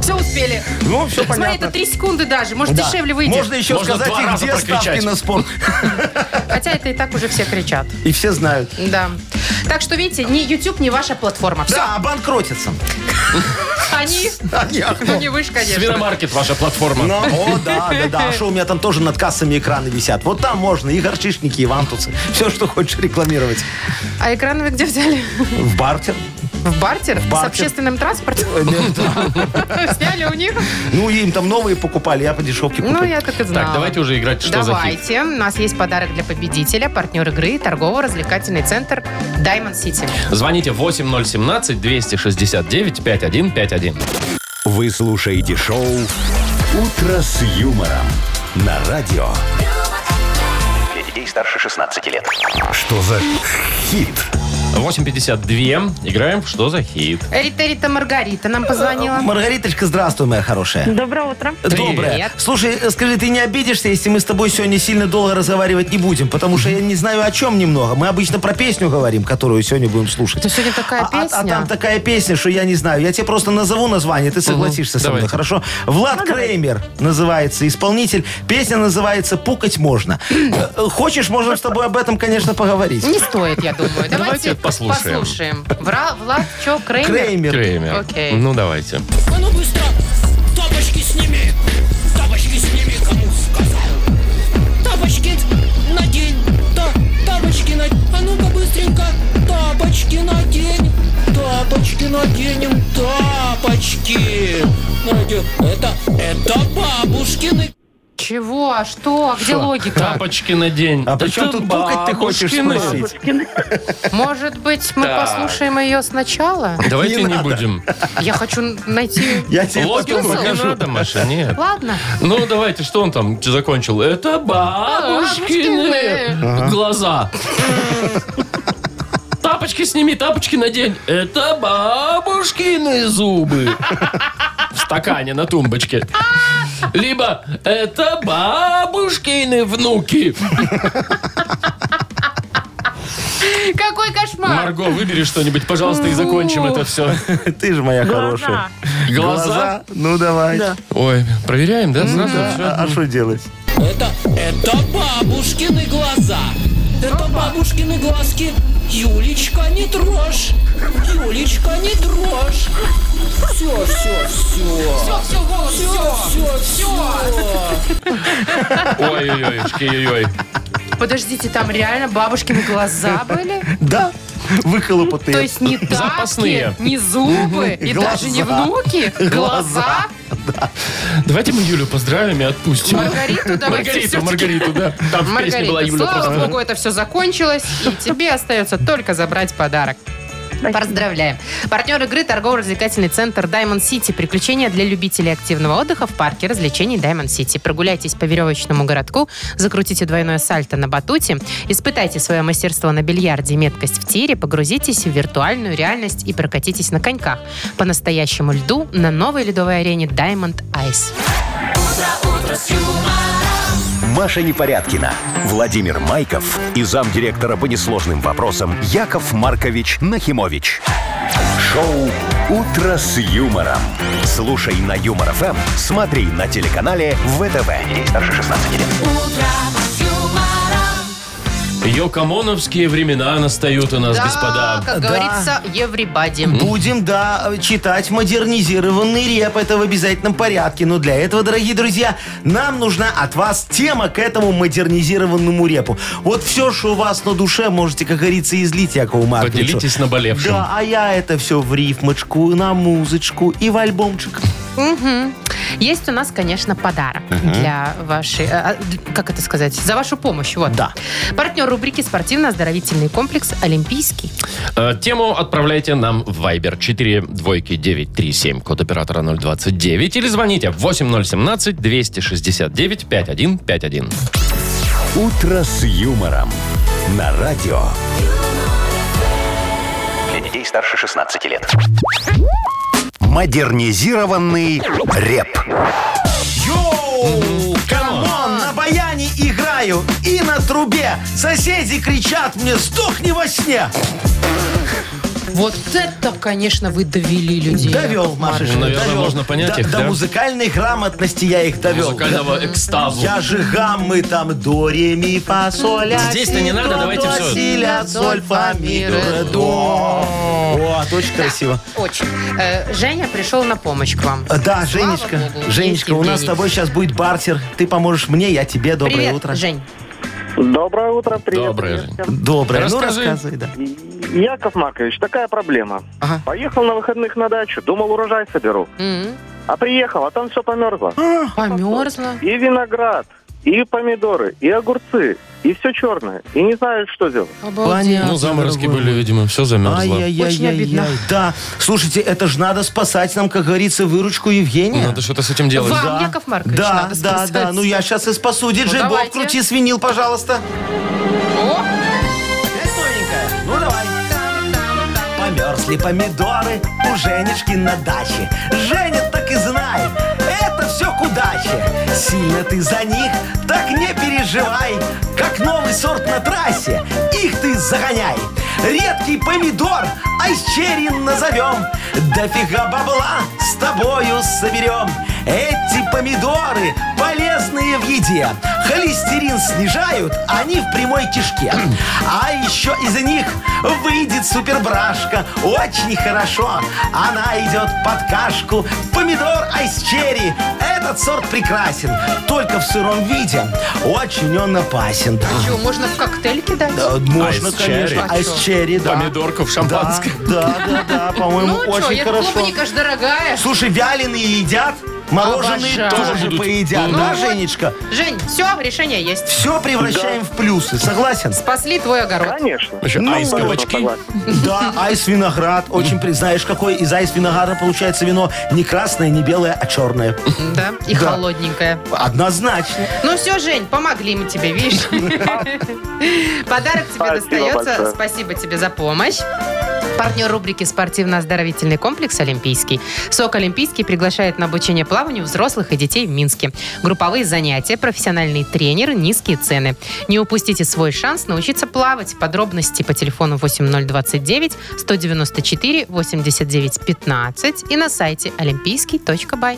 Speaker 3: Все успели.
Speaker 4: Ну, все
Speaker 3: Смотри,
Speaker 4: понятно.
Speaker 3: это 3 секунды даже. Может,
Speaker 4: Да.
Speaker 3: дешевле выйдет.
Speaker 4: Можно еще
Speaker 2: Можно
Speaker 4: сказать,
Speaker 2: два
Speaker 4: и
Speaker 2: раза
Speaker 4: где
Speaker 2: прокричать.
Speaker 4: ставки на спорт.
Speaker 3: Хотя это и так уже все кричат.
Speaker 4: И все знают.
Speaker 3: Да. Так что, видите, ни YouTube, ни ваша платформа. Все,
Speaker 4: Да, обанкротятся.
Speaker 3: они... Ну, не вы ж, конечно.
Speaker 2: Сферомаркет ваша платформа.
Speaker 4: Ну, о, да, да, да. А что у меня там тоже над кассами экраны висят? Вот там можно и горчишники, и вантусы. Все, что хочешь рекламировать.
Speaker 3: А экраны вы где взяли?
Speaker 4: В бартер.
Speaker 3: В бартер? С
Speaker 4: бартер.
Speaker 3: общественным транспортом? Сняли у них?
Speaker 4: Ну, им там новые покупали, я по дешевке
Speaker 3: Ну,
Speaker 4: купил.
Speaker 3: я так и знала.
Speaker 2: Так, давайте уже играть, что за хит.
Speaker 3: Давайте. У нас есть подарок для победителя, партнер игры, торгово-развлекательный центр Diamond City.
Speaker 2: Звоните 8017-269-5151.
Speaker 1: Вы слушаете шоу «Утро с юмором» на радио.
Speaker 6: Для детей старше 16 лет.
Speaker 1: Что за хит?
Speaker 2: 8.52. Играем в «Что за хит?».
Speaker 3: Рита Рита Маргарита нам позвонила.
Speaker 4: Маргариточка, здравствуй, моя хорошая.
Speaker 7: Доброе утро.
Speaker 4: Доброе.
Speaker 3: Привет.
Speaker 4: Слушай, э, скажи, ты не обидишься, если мы с тобой сегодня сильно долго разговаривать не будем, потому что я не знаю, о чем немного. Мы обычно про песню говорим, которую сегодня будем слушать.
Speaker 3: Это сегодня такая
Speaker 4: А- а-
Speaker 3: песня.
Speaker 4: А, там такая песня, что я не знаю. Я тебе просто назову название, ты согласишься со
Speaker 2: давайте.
Speaker 4: мной, хорошо? Влад Креймер называется исполнитель. Песня называется «Пукать можно». Э, Хочешь, можем с тобой об этом, конечно, поговорить.
Speaker 3: Не стоит, я думаю. Давайте,
Speaker 2: Давайте послушаем.
Speaker 3: послушаем. Вра- Влад, что, Креймер?
Speaker 4: Креймер.
Speaker 2: Кремер.
Speaker 3: Окей.
Speaker 2: Ну, давайте.
Speaker 5: А ну быстро! Тапочки сними! Тапочки сними, кому сказал! Тапочки надень! Та, тапочки надень! А ну-ка быстренько! Тапочки надень! Тапочки наденем! Тапочки! Надень. Это, это бабушкины!
Speaker 3: Чего? А Что? А где логика?
Speaker 2: Тапочки на день.
Speaker 4: А при чем тут пукать ты хочешь спросить?
Speaker 3: Может быть, мы
Speaker 2: Так.
Speaker 3: послушаем ее сначала?
Speaker 2: Давайте
Speaker 4: Не
Speaker 2: не
Speaker 4: надо.
Speaker 2: будем.
Speaker 3: Я хочу найти...
Speaker 4: Я тебе
Speaker 2: Логику
Speaker 4: потом
Speaker 2: не
Speaker 4: покажу.
Speaker 2: надо, Маша, нет.
Speaker 3: Ладно.
Speaker 2: Ну, давайте, что он там закончил? Это бабушкины глаза. Тапочки сними, тапочки надень. Это бабушкины зубы. В стакане на тумбочке. Либо это бабушкины внуки.
Speaker 3: Какой кошмар!
Speaker 2: Марго, выбери что-нибудь, пожалуйста, и закончим это все.
Speaker 4: Ты же моя хорошая.
Speaker 2: Глаза?
Speaker 4: Ну, давай.
Speaker 2: Ой, проверяем, да, сразу всё?
Speaker 4: А что делать?
Speaker 5: Это, это бабушкины глаза. Это бабушкины глазки. Юлечка, не трожь. Юлечка, не трожь. Все, все, все.
Speaker 3: Все, Вова, всё.
Speaker 5: Все, все.
Speaker 2: Ой-ой-ой, ой
Speaker 3: Подождите, там реально бабушкины глаза были?
Speaker 4: Да,
Speaker 3: То
Speaker 4: выколопатые.
Speaker 3: есть не тапки,
Speaker 2: Запасные.
Speaker 3: не зубы, и
Speaker 4: Глаза.
Speaker 3: даже не внуки, глаза.
Speaker 2: Давайте мы Юлю поздравим и отпустим.
Speaker 3: Маргариту давайте
Speaker 2: Маргариту,
Speaker 3: всё-таки.
Speaker 2: Маргариту, да. Там в песне была
Speaker 3: Маргарита,
Speaker 2: Юля
Speaker 3: слава
Speaker 2: просто.
Speaker 3: богу, это все закончилось, и тебе остается только забрать подарок. Поздравляем. Партнер игры торгово-развлекательный центр Diamond City. Приключения для любителей активного отдыха в парке развлечений Diamond City. Прогуляйтесь по веревочному городку, закрутите двойное сальто на батуте, испытайте свое мастерство на бильярде и меткость в тире, погрузитесь в виртуальную реальность и прокатитесь на коньках по настоящему льду на новой ледовой арене Diamond Ice.
Speaker 1: Маша Непорядкина, Владимир Майков и замдиректора по несложным вопросам Яков Маркович Нахимович. Шоу «Утро с юмором». Слушай на Юмор ФМ, смотри на телеканале ВТВ. Ей старше 16 лет.
Speaker 2: Йокомоновские времена настают у нас,
Speaker 3: Да,
Speaker 2: господа.
Speaker 3: как
Speaker 4: Да.
Speaker 3: говорится, Еврибади.
Speaker 4: Будем, да, читать модернизированный реп, это в обязательном порядке. Но для этого, дорогие друзья, нам нужна от вас тема к этому модернизированному репу. Вот все, что у вас на душе, можете, как говорится, излить, Якову Марковичу.
Speaker 2: Поделитесь наболевшим.
Speaker 4: Да, а я это все в рифмочку, на музычку и в альбомчик.
Speaker 3: Мгм. Есть у нас, конечно, подарок для вашей, э, а, д- как это сказать, за вашу помощь. Вот.
Speaker 4: Да.
Speaker 3: Партнер рубрики «Спортивно-оздоровительный комплекс Олимпийский».
Speaker 2: Э, Тему отправляйте нам в Viber 4 двойки 937, код оператора 029, или звоните 8017 269 5151.
Speaker 1: «Утро с юмором» на радио.
Speaker 6: Для детей старше 16 лет.
Speaker 1: Модернизированный реп.
Speaker 4: Йоу! Камон, на баяне играю и на трубе. Соседи кричат мне, сдохни во сне.
Speaker 3: Вот это, конечно, вы довели людей.
Speaker 4: Довел,
Speaker 3: Яков
Speaker 4: Машечка,
Speaker 3: Маркович.
Speaker 2: Наверное,
Speaker 4: довел.
Speaker 2: можно понять
Speaker 4: до,
Speaker 2: их,
Speaker 4: до
Speaker 2: да?
Speaker 4: музыкальной грамотности я их довел.
Speaker 2: Музыкального экстаза.
Speaker 4: Я же гаммы там до ре ми фа соль ля,
Speaker 2: Здесь-то
Speaker 4: си,
Speaker 2: не надо,
Speaker 4: до,
Speaker 2: давайте
Speaker 4: до,
Speaker 2: всё.
Speaker 4: си, ля, соль фа ми ре, до. О, очень красиво. А,
Speaker 3: Очень. Э, Женя пришел на помощь к вам.
Speaker 4: Да, Женечка,
Speaker 3: Богу, есть
Speaker 4: Женечка, у нас с
Speaker 3: Евгений.
Speaker 4: тобой сейчас будет бартер. Ты поможешь мне, я тебе. Доброе
Speaker 3: Привет,
Speaker 4: утро.
Speaker 3: Жень.
Speaker 8: Доброе утро, привет.
Speaker 2: Доброе.
Speaker 8: привет всем.
Speaker 4: Доброе.
Speaker 2: Расскажи.
Speaker 4: Ну, рассказывай, да.
Speaker 8: Яков Маркович, такая проблема.
Speaker 4: Ага.
Speaker 8: Поехал на выходных на дачу, думал урожай соберу.
Speaker 3: М,
Speaker 8: А приехал, а там все померзло.
Speaker 3: Померзла.
Speaker 8: И виноград, и помидоры, и огурцы, и все черное. И не знаю, что делать.
Speaker 3: Обалдеть.
Speaker 2: Ну, заморозки
Speaker 4: дорогой
Speaker 2: были, видимо, все замерзло.
Speaker 4: Ай-яй-яй-яй-яй.
Speaker 3: Очень обидно.
Speaker 4: Да, слушайте, это же надо спасать нам, как говорится, выручку Евгения.
Speaker 2: Надо что-то с этим делать.
Speaker 3: Вам, Яков Маркович,
Speaker 4: да,
Speaker 3: надо
Speaker 4: да,
Speaker 3: спасать.
Speaker 4: да. Ну я сейчас и спасу. Диджей Боб,
Speaker 3: Ну, давайте.
Speaker 4: крути свинил, пожалуйста.
Speaker 3: О,
Speaker 4: Опять новенькая? Ну давай. Померзли помидоры у Женечки на даче. Женя так и знает, это все к удаче. Сильно ты за них, так не переживай. Как новый сорт на трассе, их ты загоняй. Редкий помидор, а айсчерин назовем. Дофига бабла с тобою соберем. Эти помидоры полезные в еде. Холестерин снижают, а они в прямой кишке. А еще из них выйдет супербрашка. Очень хорошо. Она идет под кашку. Помидор айсчерри. Этот сорт прекрасен. Только в сыром виде. Очень он опасен.
Speaker 3: чё, можно в коктейль кидать?
Speaker 4: Э, Можно,
Speaker 2: Айс-черри?
Speaker 4: конечно. Айсчерри, да.
Speaker 2: Помидорка в шампанское.
Speaker 4: Да, да, да. По-моему,
Speaker 3: Ну, что,
Speaker 4: очень
Speaker 3: я
Speaker 4: хорошо.
Speaker 3: клубника ж дорогая.
Speaker 4: Слушай, вяленые едят, мороженые
Speaker 3: Обожаю.
Speaker 2: Тоже
Speaker 4: тоже
Speaker 2: будут.
Speaker 4: поедят.
Speaker 2: Ну
Speaker 4: Да,
Speaker 3: вот.
Speaker 4: Женечка?
Speaker 3: Жень, все, решение есть.
Speaker 4: Все превращаем в плюсы. Согласен?
Speaker 3: Спасли твой огород.
Speaker 8: Конечно.
Speaker 2: Еще
Speaker 4: Ну,
Speaker 2: айс
Speaker 4: вот.
Speaker 2: кабачки.
Speaker 4: Да, айс виноград. Очень при- знаешь, какой из айс винограда получается вино не красное, не белое, а черное.
Speaker 3: Да, и
Speaker 4: Да.
Speaker 3: холодненькая.
Speaker 4: Однозначно.
Speaker 3: Ну все, Жень, помогли мы тебе, видишь? Подарок тебе
Speaker 8: Спасибо
Speaker 3: достается.
Speaker 8: большое.
Speaker 3: Спасибо тебе за помощь. Партнер рубрики «Спортивно-оздоровительный комплекс Олимпийский». СОК «Олимпийский» приглашает на обучение плаванию взрослых и детей в Минске. Групповые занятия, профессиональные тренеры, низкие цены. Не упустите свой шанс научиться плавать. Подробности по телефону 8029 194 89 15 и на сайте олимпийский.бай.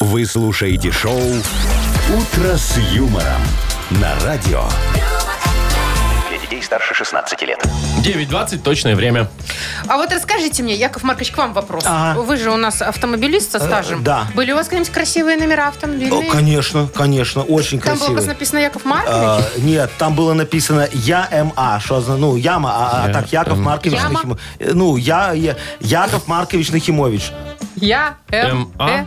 Speaker 1: Вы слушаете шоу «Утро с юмором» на радио.
Speaker 6: Для детей старше 16 лет.
Speaker 2: 9.20 точное время.
Speaker 3: А вот расскажите мне, Яков Маркович, к вам вопрос.
Speaker 4: Ага.
Speaker 3: Вы же у нас автомобилист со стажем.
Speaker 4: А. Э, да.
Speaker 3: Были у вас какие-нибудь красивые номера автомобилей?
Speaker 4: О, Э, конечно, конечно, очень
Speaker 3: Там было
Speaker 4: красиво.
Speaker 3: просто написано Яков Маркович.
Speaker 4: А, нет, там было написано ЯМА, что зна- ну яма, а, а
Speaker 2: Я,
Speaker 4: так Яков
Speaker 2: эм,
Speaker 4: Маркович
Speaker 3: Яма?
Speaker 4: Нахимо- э, Ну я, я- Яков Маркович Нахимович.
Speaker 3: Я, М,
Speaker 2: М.А.
Speaker 3: Э.
Speaker 2: Эм, а?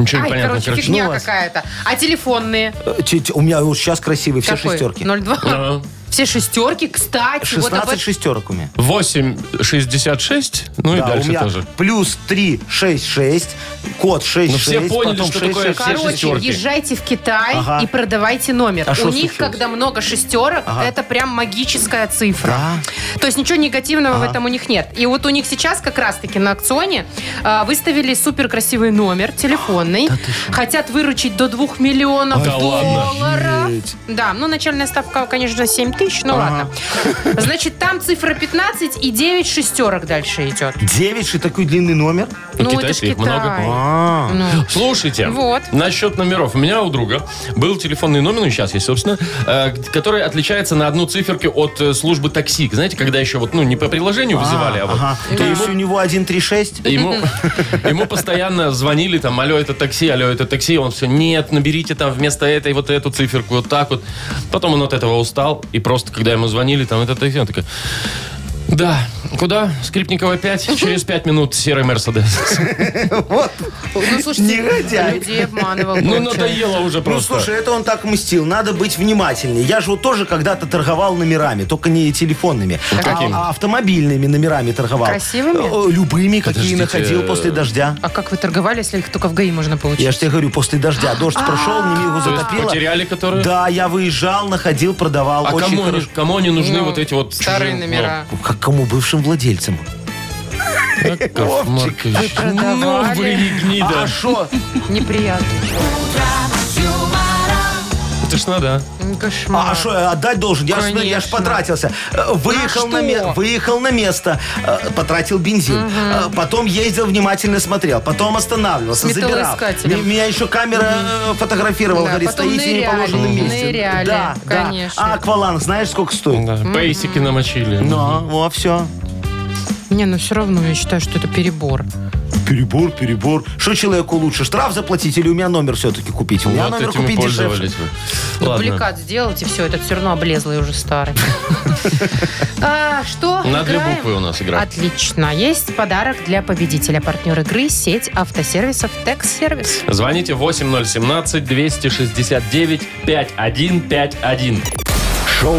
Speaker 2: Ничего не
Speaker 3: Ай,
Speaker 2: понятно.
Speaker 3: короче,
Speaker 2: короче.
Speaker 3: фигня
Speaker 4: ну вас.
Speaker 3: какая-то. А телефонные?
Speaker 4: Э, те- те- У меня вот сейчас красивые все
Speaker 3: Какой?
Speaker 4: шестерки.
Speaker 3: 02.
Speaker 2: Ага.
Speaker 3: Все шестерки, кстати. вот об
Speaker 4: 16
Speaker 3: этом-
Speaker 4: шестерок у меня.
Speaker 2: 8,66, ну и
Speaker 4: Да, у
Speaker 2: дальше
Speaker 4: меня
Speaker 2: тоже.
Speaker 4: плюс 3, 6, 6, код 6,
Speaker 2: Ну, все поняли,
Speaker 4: потом
Speaker 2: что
Speaker 4: 6,
Speaker 2: такое все
Speaker 3: Короче,
Speaker 2: шестерки.
Speaker 3: езжайте в Китай
Speaker 4: Ага.
Speaker 3: и продавайте номер.
Speaker 4: А что
Speaker 3: У них,
Speaker 4: случилось?
Speaker 3: когда много шестерок, это прям магическая цифра.
Speaker 4: А?
Speaker 3: То есть ничего негативного в этом у них нет. И вот у них сейчас как раз-таки на акционе а, выставили супер красивый номер телефонный. Хотят выручить до 2 миллионов
Speaker 2: Да ладно?
Speaker 3: долларов.
Speaker 4: Офигеть.
Speaker 3: Да, ну начальная ставка, конечно, 7 тысяч, ну ладно. Значит, там цифра 15 и 9 шестерок дальше идет.
Speaker 4: 9, и такой длинный номер.
Speaker 2: У
Speaker 3: Ну, это ж
Speaker 2: китайцев их
Speaker 3: Китай.
Speaker 2: много.
Speaker 4: А,
Speaker 2: Ну Слушайте,
Speaker 3: Вот.
Speaker 2: насчет номеров. У меня у друга был телефонный номер, ну и сейчас есть, собственно, э, который отличается на одну циферку от э, службы такси. Знаете, когда еще вот, ну, не по приложению вызывали, а вот...
Speaker 4: ага. То есть у него 136?
Speaker 2: Ему, ему постоянно звонили там, алло, это такси, алло, это такси. Он все, нет, наберите там вместо этой вот эту циферку, вот так вот. Потом он от этого устал, и просто, когда ему звонили, там, это такси, он такой... Да, куда? Скрипникова 5, через 5 минут серый Мерседес.
Speaker 3: Ну, слушайте,
Speaker 4: Негодяй.
Speaker 3: людей обманывал.
Speaker 2: Ну,
Speaker 3: получается.
Speaker 2: надоело уже э, просто.
Speaker 4: Ну, слушай, это он так мстил. Надо быть внимательнее. Я же вот тоже когда-то торговал номерами, только не телефонными, а,
Speaker 2: какими?
Speaker 4: а автомобильными номерами торговал.
Speaker 3: Красивыми?
Speaker 4: Э, Любыми,
Speaker 2: Подождите,
Speaker 4: какие
Speaker 2: э,
Speaker 4: находил после дождя.
Speaker 3: А как вы торговали, если их только в ГАИ можно получить?
Speaker 4: Я же тебе говорю, после дождя. Дождь прошел, мне его
Speaker 2: То есть
Speaker 4: затопило.
Speaker 2: потеряли которые?
Speaker 4: Да, я выезжал, находил, продавал.
Speaker 2: А
Speaker 4: Очень
Speaker 2: кому они,
Speaker 4: хорошо.
Speaker 2: кому они нужны вот эти вот...
Speaker 3: старые
Speaker 2: чужие,
Speaker 3: номера.
Speaker 4: Ну, Как кому? Бывшим владельцам.
Speaker 2: ну, Яков Маркович, ну
Speaker 3: продавали.
Speaker 2: вы и гнида.
Speaker 4: А что?
Speaker 3: Неприятно.
Speaker 2: Это ж надо.
Speaker 3: Кошмар.
Speaker 4: А что, я отдать должен? Я ж, смотри, я ж
Speaker 3: Конечно.
Speaker 4: потратился. Э, Выехал
Speaker 3: На
Speaker 4: на, ме-
Speaker 3: что?
Speaker 4: выехал на место, э, потратил бензин. Э, Потом ездил, внимательно смотрел. Потом останавливался,
Speaker 3: С
Speaker 4: забирал.
Speaker 3: металлоискателем.
Speaker 4: М- Меня еще камера э, фотографировала.
Speaker 3: Да,
Speaker 4: говорит,
Speaker 3: потом
Speaker 4: стоите в
Speaker 3: ныряли,
Speaker 4: неположенном месте.
Speaker 3: ныряли,
Speaker 4: да, да.
Speaker 3: конечно.
Speaker 4: А акваланг знаешь, сколько стоит?
Speaker 2: Да, Пейсики намочили.
Speaker 4: Ну, во, все.
Speaker 3: Не, ну все равно я считаю, что это перебор.
Speaker 4: Перебор, перебор. Что человеку лучше, штраф заплатить или у меня номер все-таки купить? У меня
Speaker 2: Вот
Speaker 4: номер
Speaker 2: этим и
Speaker 4: купить дешевле.
Speaker 2: пользовались вы. Ладно.
Speaker 3: Дубликат сделать, и все, этот все равно облезлый уже старый. А, Что?
Speaker 2: На две
Speaker 3: играем?
Speaker 2: буквы у нас игра.
Speaker 3: Отлично. Есть подарок для победителя. Партнер игры – сеть автосервисов «Текс-сервис».
Speaker 2: Звоните 8017-269-5151.
Speaker 1: Шоу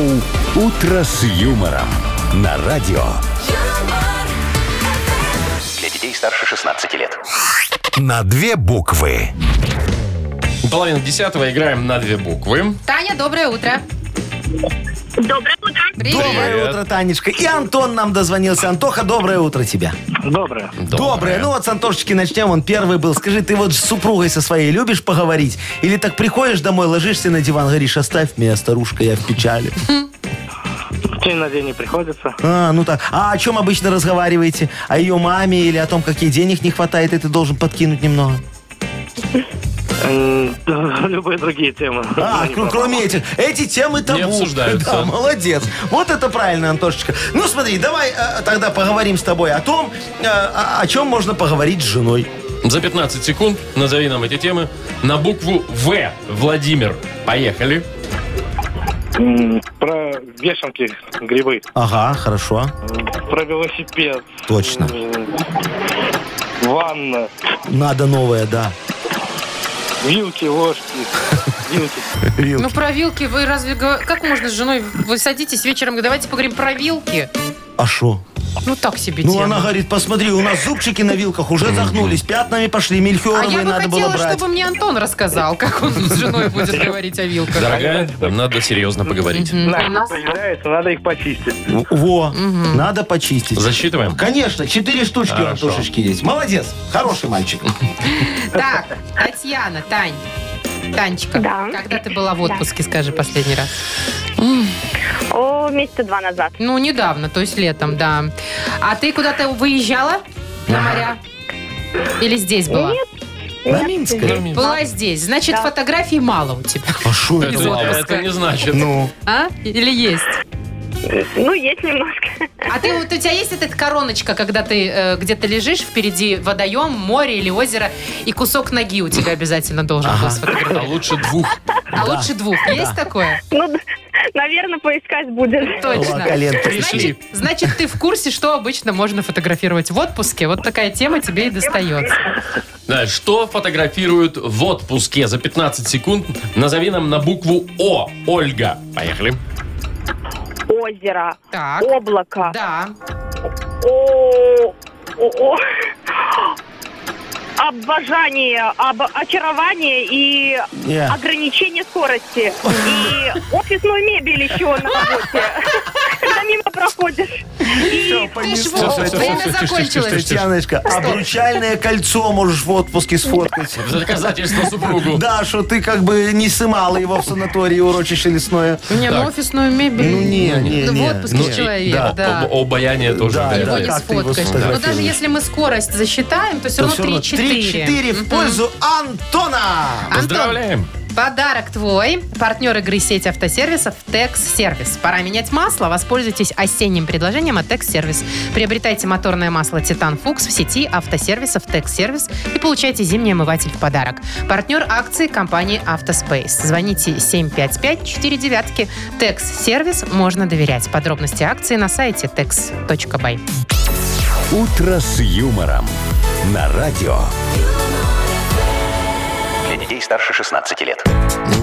Speaker 1: «Утро с юмором» на радио.
Speaker 5: юмор,
Speaker 6: Для детей старше 16 лет.
Speaker 1: На две буквы.
Speaker 2: Половина десятого играем на две буквы.
Speaker 3: Таня, доброе утро.
Speaker 7: Доброе утро.
Speaker 3: Привет.
Speaker 4: Доброе
Speaker 2: Привет.
Speaker 4: утро, Танечка. И Антон нам дозвонился. Антоха, доброе утро тебе.
Speaker 8: Доброе.
Speaker 4: Доброе. Ну вот с Антошечки начнем, он первый был. Скажи, ты вот с супругой со своей любишь поговорить? Или так приходишь домой, ложишься на диван, говоришь, оставь меня, старушка, я в печали.
Speaker 8: День на день не приходится.
Speaker 4: А, ну так. А о чем обычно разговариваете? О ее маме или о том, как ей денег не хватает, и ты должен подкинуть немного?
Speaker 8: М, Любые другие темы.
Speaker 4: А,
Speaker 8: Не
Speaker 4: ну,
Speaker 8: проблема.
Speaker 4: кроме этих. Эти темы табу.
Speaker 2: обсуждаются.
Speaker 4: Да, молодец. Вот это правильно, Антошечка. Ну смотри, давай э, тогда поговорим с тобой о том, э, о, о чем можно поговорить с женой.
Speaker 2: За 15 секунд назови нам эти темы на букву В. Владимир. Поехали.
Speaker 8: М, Про вешенки, грибы.
Speaker 4: Ага, хорошо.
Speaker 8: Про велосипед.
Speaker 4: Точно.
Speaker 8: М, Ванна.
Speaker 4: Надо новое, да.
Speaker 8: Вилки, ложки. Вилки.
Speaker 3: Ну, про вилки вы разве... гов- Как можно с женой... Вы садитесь вечером, и давайте поговорим про вилки.
Speaker 4: А что?
Speaker 3: Ну, так себе
Speaker 4: Ну,
Speaker 3: тема.
Speaker 4: она говорит, посмотри, у нас зубчики на вилках уже загнулись, пятнами пошли,
Speaker 3: А
Speaker 4: мельхиоровые
Speaker 3: я бы
Speaker 4: надо было
Speaker 3: хотела,
Speaker 4: брать.
Speaker 3: чтобы мне Антон рассказал, как он с женой будет говорить о вилках.
Speaker 2: Дорогая, нам надо серьезно поговорить.
Speaker 3: У нас-
Speaker 8: Появляется, надо их почистить.
Speaker 4: В- Во, надо почистить.
Speaker 2: Засчитываем.
Speaker 4: Конечно, четыре штучки у
Speaker 2: Хорошо.
Speaker 4: Антошечки есть. Молодец, хороший мальчик.
Speaker 3: Так, Татьяна, Тань. Танечка,
Speaker 7: Да.
Speaker 3: когда ты была в отпуске, скажи последний раз?
Speaker 7: О, месяца два назад.
Speaker 3: Ну, недавно, то есть летом, да. А ты куда-то выезжала на моря? Или здесь была?
Speaker 4: На Минское.
Speaker 2: Э,
Speaker 3: Была здесь. Значит,
Speaker 7: Да.
Speaker 3: мало мало у тебя.
Speaker 4: А шо это?
Speaker 2: Ну, Это, это не значит.
Speaker 4: Ну,
Speaker 3: А? Или есть?
Speaker 7: Ну, есть немножко.
Speaker 3: А ты вот у тебя есть эта короночка, когда ты э, где-то лежишь впереди водоем, море или озеро, и кусок ноги у тебя обязательно должен был
Speaker 2: А
Speaker 3: сфотографировать.
Speaker 2: лучше двух.
Speaker 3: А лучше двух. Есть такое?
Speaker 7: Ну, д- наверное, поискать будет.
Speaker 3: Точно.
Speaker 4: лента.
Speaker 2: Пришли.
Speaker 3: Значит, значит, ты в курсе, что обычно можно фотографировать в отпуске. Вот такая тема тебе и достается.
Speaker 2: Да, что фотографируют в отпуске? За 15 секунд назови нам на букву О. Ольга. Поехали.
Speaker 7: озеро,
Speaker 3: Так.
Speaker 7: облако.
Speaker 3: Да.
Speaker 7: О, о, о. Обожание, об, очарование и
Speaker 4: Не.
Speaker 7: ограничение скорости. И офисную мебель еще на работе. Когда мимо проходишь.
Speaker 4: Всё,
Speaker 3: Ты ж
Speaker 4: понесло.
Speaker 3: вот,
Speaker 2: всё, всё,
Speaker 3: время
Speaker 2: всё, тише, тише,
Speaker 3: закончилось.
Speaker 2: тише,
Speaker 4: Татьяночка, обручальное кольцо можешь в отпуске сфоткать.
Speaker 2: В доказательство супругу. Ну
Speaker 4: Да, что ты как бы не сымала его в санатории урочище лесное.
Speaker 3: Не, ну
Speaker 2: Так.
Speaker 3: офисную мебель.
Speaker 4: Ну, не, не,
Speaker 3: Ну, в
Speaker 4: не.
Speaker 3: отпуске
Speaker 4: Ну,
Speaker 2: и-
Speaker 3: человек,
Speaker 4: да.
Speaker 3: да.
Speaker 2: Об- Обаяние тоже.
Speaker 4: Да,
Speaker 2: вряд
Speaker 3: Его
Speaker 2: ли.
Speaker 3: не
Speaker 4: как ты его
Speaker 3: сфоткаешь. Но
Speaker 4: сфотографируешь?
Speaker 3: даже если мы скорость засчитаем, то все
Speaker 4: То
Speaker 3: равно
Speaker 4: всё равно
Speaker 3: 3-4.
Speaker 4: 3-4 в пользу Антона.
Speaker 3: Антон,
Speaker 2: Поздравляем.
Speaker 3: Подарок твой. Партнер игры сеть автосервисов «Текс Сервис». Пора менять масло. Воспользуйтесь осенним предложением от «Текс Сервис». Приобретайте моторное масло «Титан Фукс» в сети автосервисов «Текс Сервис» и получайте зимний омыватель в подарок. Партнер акции компании «Автоспейс». Звоните 755-49. «Текс Сервис» можно доверять. Подробности акции на сайте tex.by.
Speaker 1: «Утро с юмором» на радио.
Speaker 6: Для детей старше 16 лет.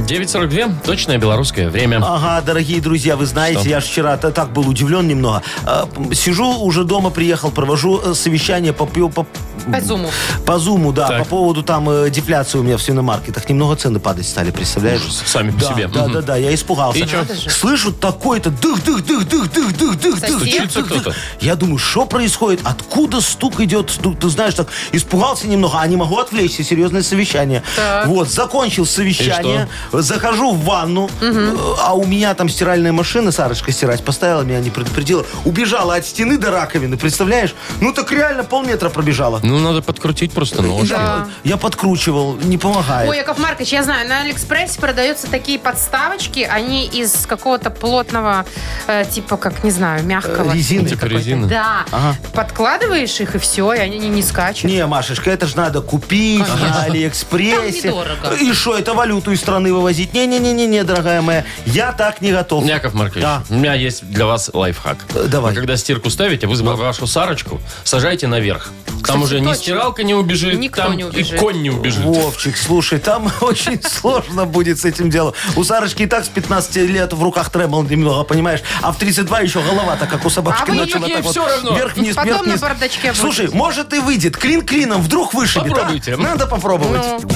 Speaker 2: 9.42. Точное белорусское время.
Speaker 4: Ага, дорогие друзья, вы знаете,
Speaker 2: Что?
Speaker 4: я ж вчера та- так был удивлен немного. А, п- Сижу, уже дома приехал, провожу э, совещание по, пью- по,
Speaker 3: По зуму.
Speaker 4: по зуму, да,
Speaker 2: Так.
Speaker 4: по поводу там э, дефляции у меня в свиномаркетах. Немного цены падать стали, представляешь?
Speaker 2: Ужас, сами по
Speaker 4: да,
Speaker 2: себе.
Speaker 4: Да,
Speaker 2: Мгм.
Speaker 4: да, да, я испугался.
Speaker 2: И чё?
Speaker 4: Надо же. Слышу такой-то дых-дых-дых-дых-дых-дых-дых-дых.
Speaker 3: Сосед?
Speaker 2: Кто-то.
Speaker 4: Я думаю, что происходит? Откуда стук идет? Стук, ты знаешь, так испугался немного, а не могу отвлечься, серьезное совещание. Вот, закончил совещание, захожу в ванну, э, а у меня там стиральная машина, Сарочка стирать поставила, меня не предупредила, убежала от стены до раковины, представляешь? Ну так реально полметра пробежала.
Speaker 2: Ну, надо подкрутить просто ножки.
Speaker 4: Я, я подкручивал, не помогает.
Speaker 3: Ой, Яков Маркович, я знаю, на Алиэкспрессе продаются такие подставочки, они из какого-то плотного, э, типа, как, не знаю, мягкого.
Speaker 4: Э, резины.
Speaker 2: Типа
Speaker 3: какой-то.
Speaker 2: резины.
Speaker 3: Да. Подкладываешь их, и все, и они не, не скачут.
Speaker 4: Не, Машечка, это же надо купить на Алиэкспрессе.
Speaker 3: Там недорого.
Speaker 4: И что, это валюту из страны вывозить? Не-не-не-не, дорогая моя, я так не готов.
Speaker 2: Яков Маркович,
Speaker 4: Да.
Speaker 2: у меня есть для вас лайфхак.
Speaker 4: Э, давай.
Speaker 2: Вы когда стирку ставите, вы вашу Сарочку сажайте наверх. там уже ни
Speaker 3: точно.
Speaker 2: стиралка не убежит,
Speaker 3: Никто
Speaker 2: там
Speaker 3: не
Speaker 2: и
Speaker 3: убежит.
Speaker 2: конь не убежит.
Speaker 4: Вовчик, слушай, там очень сложно будет с этим делом. У Сарочки и так с 15 лет в руках тремол немного, понимаешь? А в 32 еще голова-то, как у собачки,
Speaker 3: А вы
Speaker 4: начала
Speaker 2: ей
Speaker 4: так
Speaker 2: всё
Speaker 4: вот
Speaker 2: равно.
Speaker 4: вверх-вниз,
Speaker 3: Потом
Speaker 4: вверх-вниз.
Speaker 3: на бардачке будет.
Speaker 4: Слушай, может и выйдет. Клин клином вдруг вышибет. а?
Speaker 2: Попробуйте.
Speaker 4: Надо попробовать.
Speaker 3: Ну.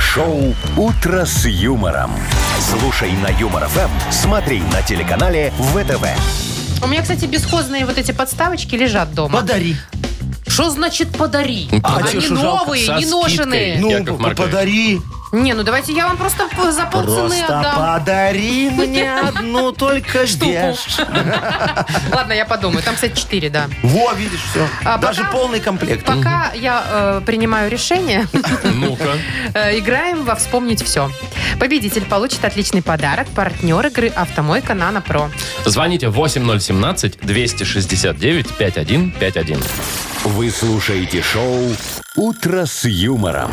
Speaker 1: Шоу «Утро с юмором». Слушай на Юмор ФМ, смотри на телеканале ВТВ.
Speaker 3: У меня, кстати, бесхозные вот эти подставочки лежат дома.
Speaker 4: Подари.
Speaker 3: Что значит подари?
Speaker 2: А
Speaker 3: Они
Speaker 4: чё ж жалко?
Speaker 3: новые,
Speaker 2: Со
Speaker 3: не ношеные.
Speaker 2: скидкой.
Speaker 4: Ну,
Speaker 2: Яков Маркович.
Speaker 4: подари.
Speaker 3: Не, ну давайте я вам просто п- за полцены
Speaker 4: Просто
Speaker 3: отдам.
Speaker 4: подари мне одну только здесь.
Speaker 3: Ладно, я подумаю. Там, кстати, 4, да.
Speaker 4: Во, видишь, все.
Speaker 3: А
Speaker 4: Даже
Speaker 3: пока-
Speaker 4: полный комплект.
Speaker 3: Пока я э, принимаю решение,
Speaker 2: Ну-ка.
Speaker 3: Э, Играем во «Вспомнить все». Победитель получит отличный подарок. Партнер игры «Автомойка Нано Про».
Speaker 2: Звоните 8017-269-5151.
Speaker 1: Вы слушаете шоу «Утро с юмором».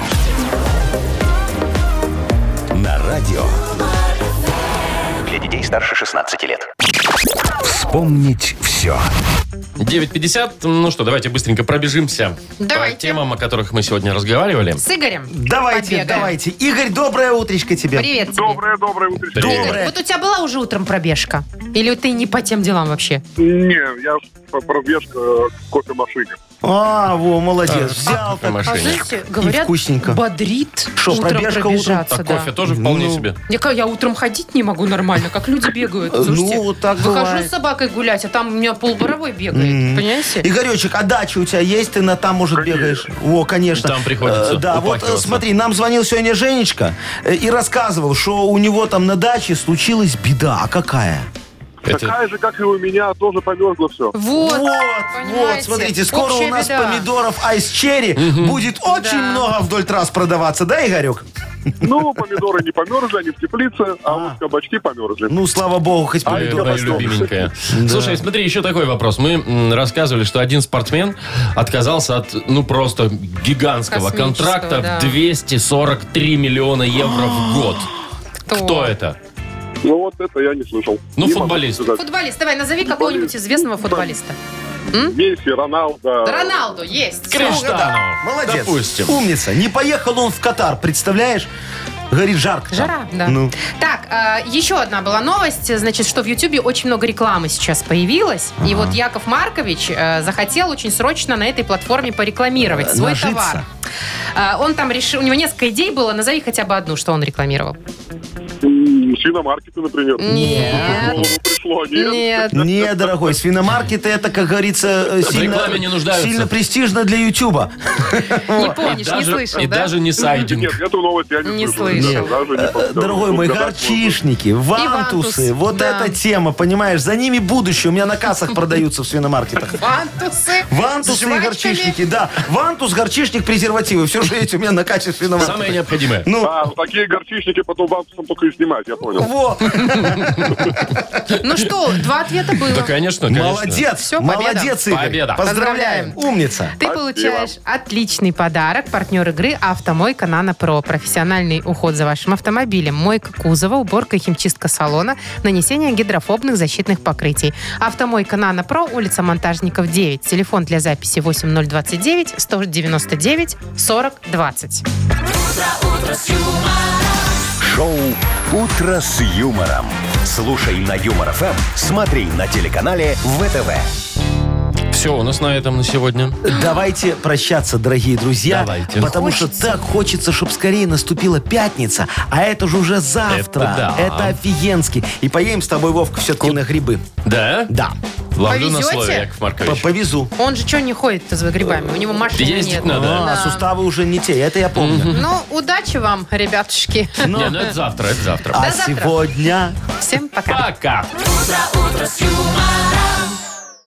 Speaker 1: На радио
Speaker 6: Для детей старше 16 лет.
Speaker 1: «Вспомнить все».
Speaker 2: 9.50. Ну что, давайте быстренько пробежимся
Speaker 3: Давайте.
Speaker 2: по темам, о которых мы сегодня разговаривали.
Speaker 3: С Игорем.
Speaker 4: Давайте,
Speaker 3: побегаем.
Speaker 4: давайте. Игорь, доброе утречко тебе.
Speaker 3: Привет тебе.
Speaker 8: Доброе, доброе утро.
Speaker 4: Доброе.
Speaker 3: Вот у тебя была уже утром пробежка? Или ты не по тем делам вообще?
Speaker 8: Не, я э, по пробежке в кофемашине.
Speaker 4: А, во, молодец.
Speaker 2: Так,
Speaker 4: Взял
Speaker 2: кофе
Speaker 4: так.
Speaker 2: машина.
Speaker 3: А
Speaker 2: Женя.
Speaker 3: знаете, говорят,
Speaker 4: вкусненько.
Speaker 3: бодрит
Speaker 4: Шо,
Speaker 3: утром
Speaker 4: пробежка утром?
Speaker 3: пробежаться.
Speaker 2: Так
Speaker 3: да.
Speaker 2: кофе тоже вполне
Speaker 4: Ну.
Speaker 2: себе.
Speaker 3: Я, как- я утром ходить не могу нормально, как люди бегают.
Speaker 4: Ну,
Speaker 3: Слушайте,
Speaker 4: вот так
Speaker 3: Выхожу
Speaker 4: бывает.
Speaker 3: с собакой гулять, а там у меня полборовой бегает, понимаете?
Speaker 4: Игоречек, а дача у тебя есть? Ты на там, может, бегаешь? О, конечно.
Speaker 2: Там приходится
Speaker 4: Э, Да, вот э,
Speaker 2: упахиваться.
Speaker 4: смотри, нам звонил сегодня Женечка э, и рассказывал, что у него там на даче случилась беда. А какая?
Speaker 2: Это
Speaker 8: Такая же, как и у меня, тоже померзло все.
Speaker 3: Вот,
Speaker 4: вот,
Speaker 3: понимаете?
Speaker 4: вот, смотрите, скоро
Speaker 3: Общая
Speaker 4: у нас
Speaker 3: беда.
Speaker 4: помидоров айс черри будет очень
Speaker 3: Да.
Speaker 4: много вдоль трасс продаваться, да, Игорек?
Speaker 8: Ну, помидоры не померзли, они в теплице, а
Speaker 4: А.
Speaker 8: вот кабачки померзли.
Speaker 4: Ну, слава богу, хоть
Speaker 2: Ай,
Speaker 4: помидоры.
Speaker 2: моя любименькая. Слушай, смотри, еще такой вопрос. Мы м, рассказывали, что один спортсмен отказался от, ну, просто гигантского
Speaker 3: Космического,
Speaker 2: контракта
Speaker 3: да.
Speaker 2: в 243 миллиона евро в год. Кто это?
Speaker 8: Ну, вот это я не слышал.
Speaker 2: Ну,
Speaker 8: Не могу
Speaker 2: футболист.
Speaker 8: сказать.
Speaker 3: Футболист, давай, назови какого-нибудь известного футболиста.
Speaker 8: Месси, Роналдо.
Speaker 3: Роналду есть.
Speaker 2: Криштиану.
Speaker 4: Ну, Молодец.
Speaker 2: Допустим.
Speaker 4: Умница. Не поехал он в Катар, представляешь? Горит жарко. там.
Speaker 3: Жара, да.
Speaker 4: Ну.
Speaker 3: Так, а, еще одна была новость, значит, что в Ютьюбе очень много рекламы сейчас появилось, и вот Яков Маркович э, захотел очень срочно на этой платформе порекламировать
Speaker 4: Э,
Speaker 3: свой
Speaker 4: нажиться?
Speaker 3: товар. А, Он там решил, у него несколько идей было, назови хотя бы одну, что он рекламировал.
Speaker 9: Свиномаркеты, например.
Speaker 3: Нет.
Speaker 9: Пришло,
Speaker 3: Нет.
Speaker 4: Не, дорогой, свиномаркеты, это, как говорится, э,
Speaker 2: В
Speaker 4: сильно,
Speaker 2: рекламе не нуждаются.
Speaker 4: сильно престижно для Ютуба. Ну,
Speaker 3: Не помнишь, не
Speaker 2: даже,
Speaker 3: слышал,
Speaker 2: и
Speaker 3: да?
Speaker 2: даже не сайдинг.
Speaker 9: Нет, эту новость я не,
Speaker 3: Не
Speaker 9: слышал.
Speaker 3: слышал.
Speaker 9: Даже не
Speaker 4: Э,
Speaker 9: повторю.
Speaker 4: Дорогой мой,
Speaker 9: Угадать
Speaker 4: горчишники,
Speaker 3: вантусы,
Speaker 4: вантусы, вот
Speaker 3: да.
Speaker 4: эта тема, понимаешь, за ними будущее. У меня на кассах продаются в свиномаркетах.
Speaker 3: Вантусы. с
Speaker 4: Вантусы и
Speaker 3: жвачками.
Speaker 4: горчишники, да. Вантус, горчишник, презервативы. Все же эти у меня на кассе
Speaker 2: Самое
Speaker 4: свиномаркетах.
Speaker 2: необходимое.
Speaker 4: Ну,
Speaker 9: можно. А, такие горчишники потом вантусом только и снимать, я понял.
Speaker 4: во,
Speaker 3: Ну что, два ответа
Speaker 2: Да,
Speaker 3: было.
Speaker 2: конечно, конечно.
Speaker 4: молодец,
Speaker 3: Всё, победа.
Speaker 4: молодец, Игорь.
Speaker 2: Победа.
Speaker 4: Поздравляем. Умница.
Speaker 3: Ты получаешь отличный подарок. Партнер игры «Автомойка Нано Про». Профессиональный уход за вашим автомобилем, мойка кузова, уборка и химчистка салона, нанесение гидрофобных защитных покрытий. «Автомойка Нано Про», улица Монтажников, 9. Телефон для записи 8029 199 40 20.
Speaker 1: Шоу «Утро с юмором». Слушай на Юмор ФМ, смотри на телеканале ВТВ.
Speaker 2: Все, у нас на этом на сегодня.
Speaker 4: Давайте прощаться, дорогие друзья.
Speaker 2: Давайте.
Speaker 4: Потому что так хочется, чтобы скорее наступила пятница. А это же уже завтра.
Speaker 2: Это да.
Speaker 4: офигенски. И поедем с тобой, Вовка, все-таки на грибы.
Speaker 2: Да?
Speaker 4: Да.
Speaker 2: Ловлю на
Speaker 3: Повезете?
Speaker 2: слове, Яков
Speaker 4: П-
Speaker 2: Маркович.
Speaker 4: Повезу.
Speaker 3: Он же что не ходит-то за грибами? У него машины
Speaker 2: Ездить
Speaker 3: нет.
Speaker 2: надо.
Speaker 4: А,
Speaker 3: Да.
Speaker 4: суставы уже не те, это я помню.
Speaker 3: Ну, удачи вам, ребятушки.
Speaker 2: Не, ну это завтра, это завтра.
Speaker 4: А
Speaker 3: завтра.
Speaker 4: сегодня...
Speaker 3: Всем пока.
Speaker 2: Пока!
Speaker 5: утро с юмором.